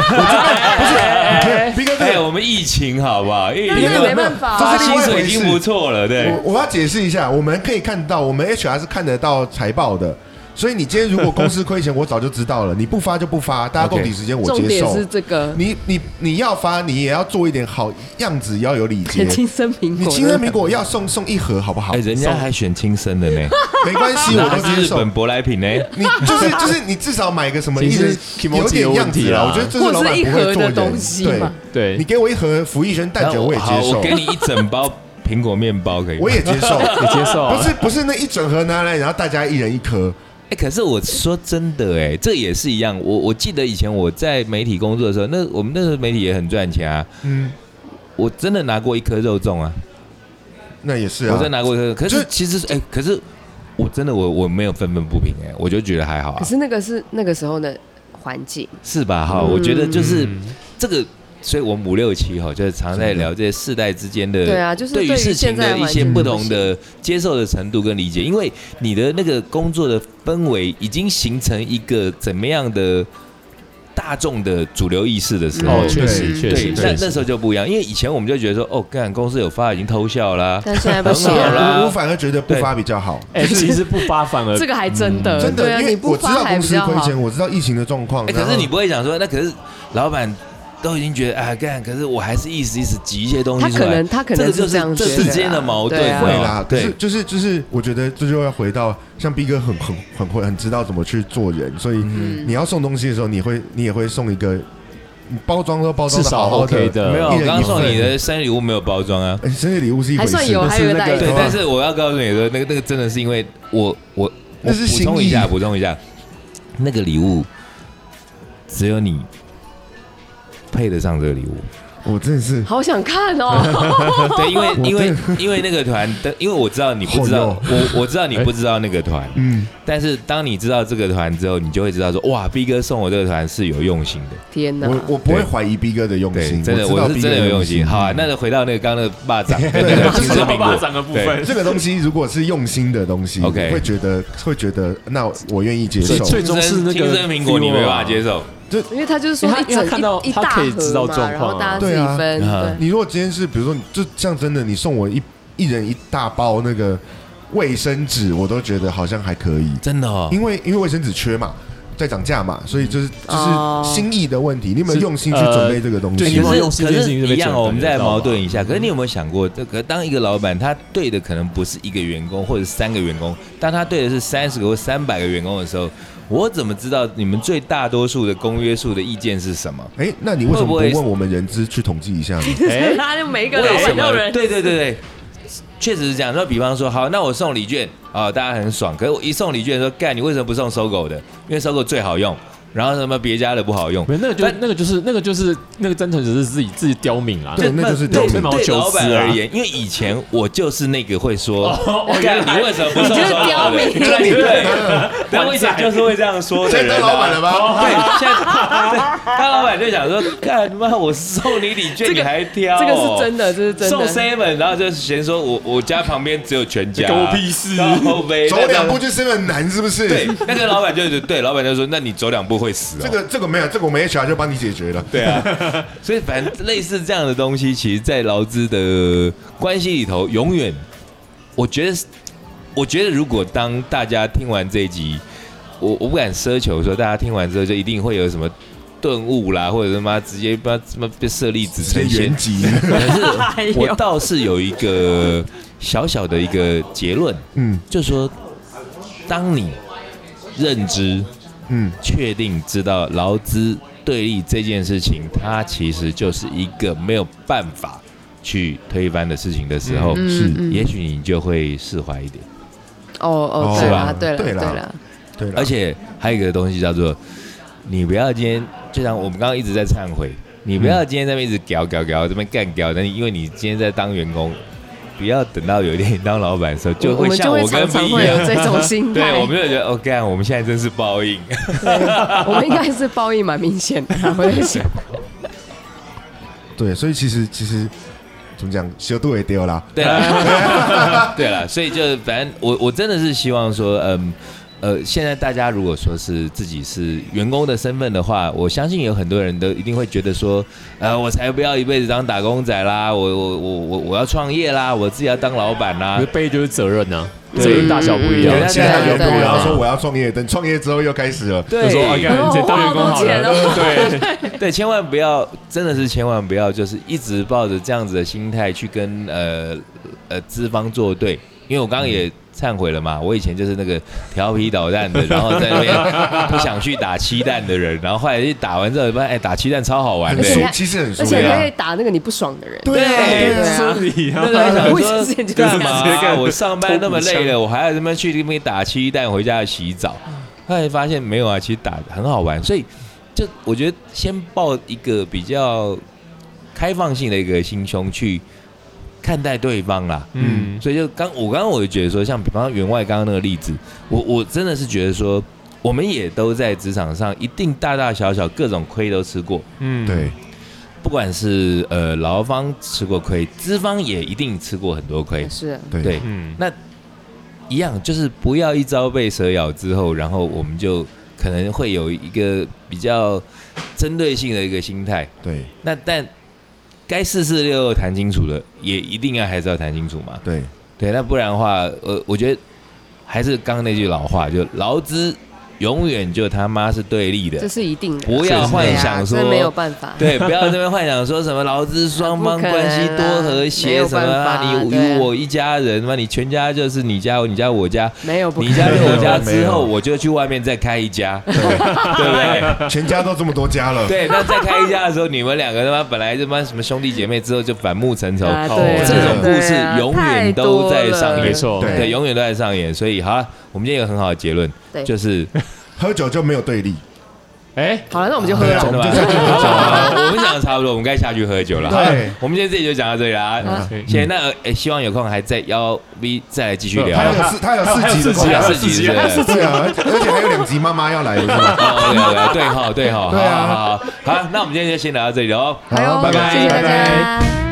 Speaker 4: 不是，哎
Speaker 1: 斌哥，这
Speaker 3: 哎，
Speaker 1: 个
Speaker 3: 我们疫情好不好？因
Speaker 4: 那
Speaker 3: 为
Speaker 4: 个没办法啊
Speaker 1: 这
Speaker 3: 发
Speaker 1: 是另
Speaker 3: 薪
Speaker 1: 外一
Speaker 3: 水
Speaker 1: 回
Speaker 3: 已
Speaker 1: 事
Speaker 3: 经不错了，对。
Speaker 1: 我我要解释一下，我们可以看到，我们 HR 是看得到财报的，所以你今天如果公司亏钱，我早就知道了，你不发就不发，大家共体时间我
Speaker 4: 重
Speaker 1: 接
Speaker 4: 点
Speaker 1: 受
Speaker 4: 是。这个
Speaker 1: 你你你要发，你也要做一点好样子，要有礼节。
Speaker 4: 青生苹
Speaker 1: 你
Speaker 4: 果，
Speaker 1: 青生苹果要送送一盒好不好
Speaker 3: 哎，？人家还选亲生的呢，
Speaker 1: 没关 系，我
Speaker 3: 那
Speaker 1: 都
Speaker 3: 是
Speaker 1: 接
Speaker 3: 日
Speaker 1: 受
Speaker 3: 本。舶来品呢。
Speaker 1: 你就是就是你至少买个什么，
Speaker 2: 其
Speaker 1: 一
Speaker 2: 实
Speaker 1: 直有
Speaker 2: kimochi 的
Speaker 1: 点
Speaker 2: 问
Speaker 1: 样
Speaker 2: 题
Speaker 1: 子啊。
Speaker 2: 啦
Speaker 1: 我觉得这是
Speaker 4: 或
Speaker 1: 老
Speaker 4: 者
Speaker 1: 板
Speaker 4: 是一
Speaker 1: 不会
Speaker 4: 盒
Speaker 1: 做
Speaker 4: 的
Speaker 1: 人。
Speaker 4: 东西
Speaker 1: 对
Speaker 4: 嘛，
Speaker 2: 对
Speaker 1: 你，给我一盒福益轩蛋
Speaker 3: 那
Speaker 1: 卷，我也
Speaker 3: 好
Speaker 1: 接受
Speaker 3: 我，给你一整包苹果面包可以吗
Speaker 1: 我？也接受。
Speaker 2: 你接受啊
Speaker 1: 不是不是那一整盒拿来，然后大家一人一颗。
Speaker 3: 哎、可是我说真的、哎，这也是一样。我我记得以前我在媒体工作的时候，那我们那时候媒体也很赚钱啊。
Speaker 1: 嗯，
Speaker 3: 我真的拿过一颗肉粽啊，
Speaker 1: 那也是啊。
Speaker 3: 我真的拿过一颗。可
Speaker 1: 就是
Speaker 3: 其实是，哎、可是我真的我我没有愤愤不平、哎，我就觉得还好
Speaker 4: 可
Speaker 3: 啊，
Speaker 4: 是那个是那个时候的环 境，
Speaker 3: 是吧？哈、
Speaker 4: 嗯
Speaker 3: 我觉得就是
Speaker 2: 嗯
Speaker 3: 这个，所以我们五六七哈，就是常在聊这些世代之间的
Speaker 4: 对啊，就是
Speaker 3: 对于事情
Speaker 4: 现在
Speaker 3: 的
Speaker 4: 的
Speaker 3: 一
Speaker 4: 环
Speaker 3: 些
Speaker 4: 境
Speaker 3: 不
Speaker 4: 行
Speaker 3: 同的接受的程度跟理解，因为你的那个工作的氛围已经形成一个怎么样的大众的主流意识的时候，
Speaker 2: 哦，确实
Speaker 4: 嗯
Speaker 2: 确
Speaker 3: 对
Speaker 2: 实，，
Speaker 3: 那
Speaker 2: 确实
Speaker 3: 那时候就不一样，因为以前我们就觉得说，哦，干公司有发已经偷笑 啦，
Speaker 4: 但现在不
Speaker 3: 很
Speaker 4: 行
Speaker 3: 好
Speaker 4: 啊，
Speaker 3: 啦
Speaker 1: 我我反而觉得不发比较好。
Speaker 2: 哎，其实不发反 而
Speaker 4: 这个还真的，
Speaker 1: 呃嗯真
Speaker 4: 对
Speaker 1: 的，
Speaker 4: 啊，
Speaker 1: 因
Speaker 4: 你
Speaker 1: 为
Speaker 4: 不
Speaker 1: 我知
Speaker 4: 发
Speaker 1: 道
Speaker 4: 还
Speaker 1: 公
Speaker 4: 比
Speaker 1: 司
Speaker 4: 较
Speaker 1: 亏
Speaker 4: 好。
Speaker 1: 钱，我知道疫情的状况。
Speaker 3: 哎，可是
Speaker 1: 然后
Speaker 3: 你不会想说，那可是老板都已经觉得，哎，干，可是我还是意思意思挤一些东
Speaker 4: 他
Speaker 3: 西出
Speaker 4: 可
Speaker 3: 来
Speaker 4: 能，他可
Speaker 3: 这
Speaker 4: 能
Speaker 3: 个就是
Speaker 4: 这样觉
Speaker 3: 这
Speaker 4: 得啊
Speaker 3: 之间的矛盾
Speaker 4: 对啊
Speaker 1: 会
Speaker 3: 哦
Speaker 1: 啦，可
Speaker 3: 对
Speaker 1: 是就是就是，我觉得这就要回到像逼哥很很很会很知道怎么去做人，所以
Speaker 4: 嗯
Speaker 1: 你要送东西的时候，你会你也会送一个你包装都包装
Speaker 2: 至
Speaker 1: 的
Speaker 2: 少
Speaker 1: 好好
Speaker 2: OK
Speaker 1: 的，
Speaker 2: 的，
Speaker 3: 没有，
Speaker 1: 一
Speaker 3: 我
Speaker 1: 人
Speaker 3: 刚
Speaker 1: 一
Speaker 3: 刚送你
Speaker 1: 份
Speaker 3: 的生日礼物没有包装啊。
Speaker 1: 哎生日礼物是一回
Speaker 4: 还
Speaker 1: 事，
Speaker 4: 算有，啊
Speaker 2: 是
Speaker 4: 还有一个
Speaker 2: 那个
Speaker 4: 代
Speaker 3: 对
Speaker 1: 好，
Speaker 4: 表
Speaker 1: 吧
Speaker 3: 但是我要告诉你说，那个那个真的是因为我我我
Speaker 1: 那是
Speaker 3: 补充
Speaker 1: 心意
Speaker 3: 一下，补充一下，那个礼物只有你配得上这个礼物。
Speaker 1: 我真的是
Speaker 4: 好想看哦，
Speaker 3: 对，因为
Speaker 1: 我
Speaker 3: 因为
Speaker 1: 真
Speaker 3: 因为那个团，但因为我知道你不知道
Speaker 1: 好，
Speaker 3: 我我知道你不知道那个团，
Speaker 1: 嗯，
Speaker 3: 但是当你知道这个团之后，你就会知道说，哇，B 哥送我这个团是有用心的。啊
Speaker 4: 天哪！
Speaker 1: 我我不会怀疑逼哥的用
Speaker 3: 对，
Speaker 1: 心，
Speaker 3: 真的，
Speaker 1: 知道
Speaker 3: 我
Speaker 1: 逼
Speaker 3: 是
Speaker 1: 哥
Speaker 3: 真的有用
Speaker 1: 心。嗯
Speaker 3: 心。好啊，那就回到那个刚刚的 霸掌跟那
Speaker 1: 对
Speaker 3: 个
Speaker 1: 霸
Speaker 3: 青
Speaker 1: 掌
Speaker 3: 生苹果
Speaker 2: 的部
Speaker 3: 分
Speaker 1: 这个东西如果是用心的东西
Speaker 3: OK
Speaker 1: 会觉得会觉得，那我愿意接
Speaker 2: 最
Speaker 1: 受。
Speaker 2: 最终是那个
Speaker 3: 青生苹
Speaker 1: 啊
Speaker 3: 果，你没办法接受。
Speaker 4: 因为他就是说
Speaker 2: 因为
Speaker 4: 一
Speaker 2: 他因为
Speaker 4: 整
Speaker 2: 他看到
Speaker 4: 一一
Speaker 2: 他
Speaker 4: 大
Speaker 2: 可以知道
Speaker 4: 盒嘛，
Speaker 2: 状
Speaker 4: 然
Speaker 2: 况啊
Speaker 4: 后大家自己
Speaker 1: 对啊
Speaker 4: 分，
Speaker 3: 嗯
Speaker 4: 对
Speaker 1: 你如果今天是，比如说，你就像真的，你送我一一人一大包那个卫生纸，我都觉得好像还可以，
Speaker 3: 真的哦，
Speaker 1: 因为因为卫生纸缺嘛，在涨价嘛，所以就是
Speaker 4: 哦
Speaker 1: 就是心意的问题，你有没有
Speaker 2: 是
Speaker 1: 用心去
Speaker 2: 呃
Speaker 1: 准备这个东
Speaker 2: 对
Speaker 1: 西
Speaker 2: 你
Speaker 3: 可？
Speaker 2: 们
Speaker 3: 是
Speaker 2: 用心这
Speaker 3: 可
Speaker 2: 件
Speaker 3: 是
Speaker 2: 事情就被
Speaker 3: 一样
Speaker 2: 讲
Speaker 3: 哦，
Speaker 2: 了
Speaker 3: 我们再
Speaker 2: 你知道
Speaker 3: 矛
Speaker 2: 吧
Speaker 3: 盾一下。可是你有没有想过，这个当一个老板他对的可能不是一个员工或者三个员工，当他对的是三十个或三百个员工的时候，我怎么知道你们最大多数的公约数的意见是什么？
Speaker 1: 哎，那你为什么不
Speaker 3: 会不会
Speaker 1: 问我们人资去统计一 下呢？
Speaker 2: 哎
Speaker 4: 他就每一个老
Speaker 3: 为什
Speaker 4: 板都
Speaker 3: 么
Speaker 4: 有？人
Speaker 3: 对对对对，确实是这样。那比方说，好，那我送礼券啊、大家很爽。可是我一送礼券说，干，你为什么不送搜狗的？因为搜狗最好用，然后什么别家的不好用。
Speaker 2: 没有那个就
Speaker 3: 但
Speaker 2: 那个就是那个就是那个真诚只是自己自己刁民啦，
Speaker 1: 对那就是刁
Speaker 3: 对
Speaker 1: 民
Speaker 3: 对老板
Speaker 4: 啊
Speaker 3: 而言，因为以前我就是那个会说，
Speaker 4: 哦
Speaker 3: 我干你为什么不送
Speaker 4: 你就是
Speaker 3: 手
Speaker 4: 刁
Speaker 3: 表的？
Speaker 4: 民
Speaker 3: 对对，对我以前就是会这样说的
Speaker 1: 现在
Speaker 3: 人
Speaker 1: 当
Speaker 3: 啊。
Speaker 1: 老板了吧？
Speaker 3: 对，现在 对当老板就想说，干妈我送你礼券，
Speaker 4: 这个
Speaker 3: 你还挑哦，
Speaker 4: 这个是真的，这是真
Speaker 3: 送
Speaker 4: 的。
Speaker 3: seven，然后就嫌说我我家旁边只有全家，
Speaker 2: 关我屁事
Speaker 3: 然后呗
Speaker 1: 走两步。就是很难，是不是？
Speaker 3: 那个对，那个老板就是对，老板就说，那你走两步会死哦。
Speaker 1: 这个这个没有，这个我们 HR 就帮你解决了。
Speaker 3: 对啊， 所以反正类似这样的东西，其实，在劳资的关系里头，永远，我觉得，我觉得如果当大家听完这一集，我我不敢奢求说大家听完之后就一定会有什么顿悟啦，或者他妈直接把什么被设立子
Speaker 1: 直接
Speaker 3: 成仙
Speaker 1: 原籍，
Speaker 3: 可是我倒是有一个小小的一个结论，
Speaker 1: 嗯，
Speaker 3: 就说当你认知
Speaker 1: 嗯，
Speaker 3: 确定知道劳资对立这件事情，它其实就是一个没有办法去推翻的事情的时候，
Speaker 1: 嗯是
Speaker 3: 也许你就会释怀一点。
Speaker 4: 哦哦，对
Speaker 1: 是
Speaker 4: 啦
Speaker 1: 吧
Speaker 4: 对啦
Speaker 1: 对
Speaker 4: 对
Speaker 1: 啦
Speaker 4: 啦，
Speaker 1: 对
Speaker 4: 啊
Speaker 1: 啦，
Speaker 3: 而且还有一个东西叫做，你不要今天，就像我们刚刚一直在忏悔，你不要今天在那边一直屌屌屌，这边干屌，但因为你今天在当员工，不要等到有一天你当老板的时候，就
Speaker 4: 我
Speaker 3: 会
Speaker 4: 们
Speaker 3: 像
Speaker 4: 就会
Speaker 3: 跟
Speaker 4: 常常
Speaker 3: V
Speaker 4: 会
Speaker 3: 一
Speaker 4: 有
Speaker 3: 样。
Speaker 4: 这种心态
Speaker 3: 对，，我们就觉得，哦，干，我们现在真是报应。
Speaker 4: 我们应该是报应蛮明显的啊，我在想，
Speaker 1: 对，所以其实其实怎么讲，小度也丢啦，
Speaker 3: 对了，对了，所以就反正我我真的是希望说，嗯。呃，现在大家如果说是自己是员工的身份的话，我相信有很多人都一定会觉得说，呃，我才不要一辈子当打工仔啦，我我我我我要创业啦，我自己要当老板啦
Speaker 2: 因为，背就是责任呐，
Speaker 3: 对嗯
Speaker 2: 责任大小不一
Speaker 1: 有
Speaker 2: 样啊
Speaker 3: 对。
Speaker 1: 人现在有
Speaker 4: 对
Speaker 1: 度，
Speaker 4: 对
Speaker 1: 然后
Speaker 4: 对
Speaker 1: 说我要创业，等创业之后又开始了，
Speaker 3: 对
Speaker 2: 就说啊，
Speaker 4: 哦
Speaker 2: 看你当员工好了，
Speaker 4: 我花好多哦
Speaker 2: 对，
Speaker 3: 对，千万不要，真的是千万不要，就是一直抱着这样子的心态去跟呃呃资方作对，因为我刚刚也忏悔了嘛，我以前就是那个调皮捣蛋的，然后在那边不想去打七蛋的人，然后后来去打完之后，发现哎打七蛋超好玩
Speaker 1: 很
Speaker 3: 的，
Speaker 1: 舒
Speaker 4: 对，
Speaker 1: 其实很舒
Speaker 4: 而
Speaker 1: 服
Speaker 4: 且
Speaker 3: 啊
Speaker 4: 可以打那个你不爽的人，
Speaker 1: 对啊
Speaker 3: 对
Speaker 1: 对啊，
Speaker 2: 理
Speaker 3: 那个还想
Speaker 4: 我也是
Speaker 3: 说
Speaker 4: 这样
Speaker 3: 干嘛
Speaker 2: 直接
Speaker 3: 啊、
Speaker 2: 干
Speaker 3: 我上班那么累
Speaker 2: 偷步
Speaker 3: 了，我还要他妈去那边打七蛋回家洗澡。后来发现没有啊，其实打得很好玩，所以就我觉得先抱一个比较开放性的一个心胸去看待对方啦。
Speaker 2: 嗯，
Speaker 3: 所以就刚我刚刚我就觉得说，像比方员外刚刚那个例子，我我真的是觉得说，我们也都在职场上一定大大小小各种亏都吃过，
Speaker 2: 嗯，
Speaker 1: 对，
Speaker 3: 不管是呃劳方吃过亏，资方也一定吃过很多亏。
Speaker 4: 是
Speaker 1: 对
Speaker 3: 对
Speaker 2: 嗯，
Speaker 3: 一样，就是不要一朝被蛇咬之后，然后我们就可能会有一个比较针对性的一个心态。
Speaker 1: 对
Speaker 3: 那但该四四六六谈清楚的，也一定要还是要谈清楚嘛。
Speaker 1: 对，
Speaker 3: 对，那不然的话，呃，我觉得还是刚刚那句老话，就劳资永远就他妈是对立
Speaker 4: 这
Speaker 3: 的，
Speaker 4: 是一定的，
Speaker 3: 不要幻想说
Speaker 4: 对啊这没有办法，
Speaker 3: 对，不要这边幻想说什么劳资双方
Speaker 4: 不可能
Speaker 3: 关系多和
Speaker 4: 没
Speaker 3: 谐
Speaker 4: 有
Speaker 3: 什么
Speaker 4: 办法
Speaker 3: 啊，你
Speaker 4: 对啊
Speaker 3: 与我一家人嘛，你全家就是你家你家我家，
Speaker 4: 没有不可
Speaker 3: 你家
Speaker 4: 能
Speaker 3: 跟我家
Speaker 1: 没
Speaker 3: 之
Speaker 1: 有
Speaker 3: 后，我就去外面再开一家，对
Speaker 1: 对，
Speaker 3: 不对？
Speaker 1: 全家都这么多家了，
Speaker 3: 对，那再开一家的时候，你们两个他妈本来他妈什么兄弟姐妹，之后就反目成仇，
Speaker 4: 啊
Speaker 2: 靠
Speaker 4: 对啊
Speaker 3: 这种故事
Speaker 4: 对啊
Speaker 3: 永远都在上
Speaker 4: 太
Speaker 3: 演
Speaker 2: 没，错，
Speaker 1: 对
Speaker 3: 对，永远都在上演。所以好了，我们今天有个很好的结论
Speaker 4: 对，
Speaker 3: 就是
Speaker 1: 喝酒就没有对立，
Speaker 2: 哎，
Speaker 4: 好了，那我们就喝
Speaker 1: 对
Speaker 4: 了
Speaker 1: 啊。
Speaker 3: 真的吧？
Speaker 1: 我们就下去喝酒
Speaker 3: 好我们讲的差不多，我们该下去喝酒了。
Speaker 1: 对
Speaker 3: 好我们今天这集就讲到这里啦
Speaker 4: 好。
Speaker 3: 谢谢。那呃诶希望有空还再邀 V 再来继续聊
Speaker 1: 他。有四，他有四集的
Speaker 2: 啊还
Speaker 1: 关
Speaker 2: 有啊
Speaker 1: 卡
Speaker 2: 四
Speaker 3: 四集是
Speaker 2: 还有
Speaker 3: 不是？
Speaker 1: 对啊，而而且还有两集妈妈要来了，是吧？
Speaker 3: 哦，对对对，对哈对哈，
Speaker 1: 对啊
Speaker 3: 好好好，好，好那我们今天就先聊到这里喽。
Speaker 4: 哎呦
Speaker 1: 好拜拜
Speaker 4: 谢谢大
Speaker 1: 拜拜
Speaker 4: 家。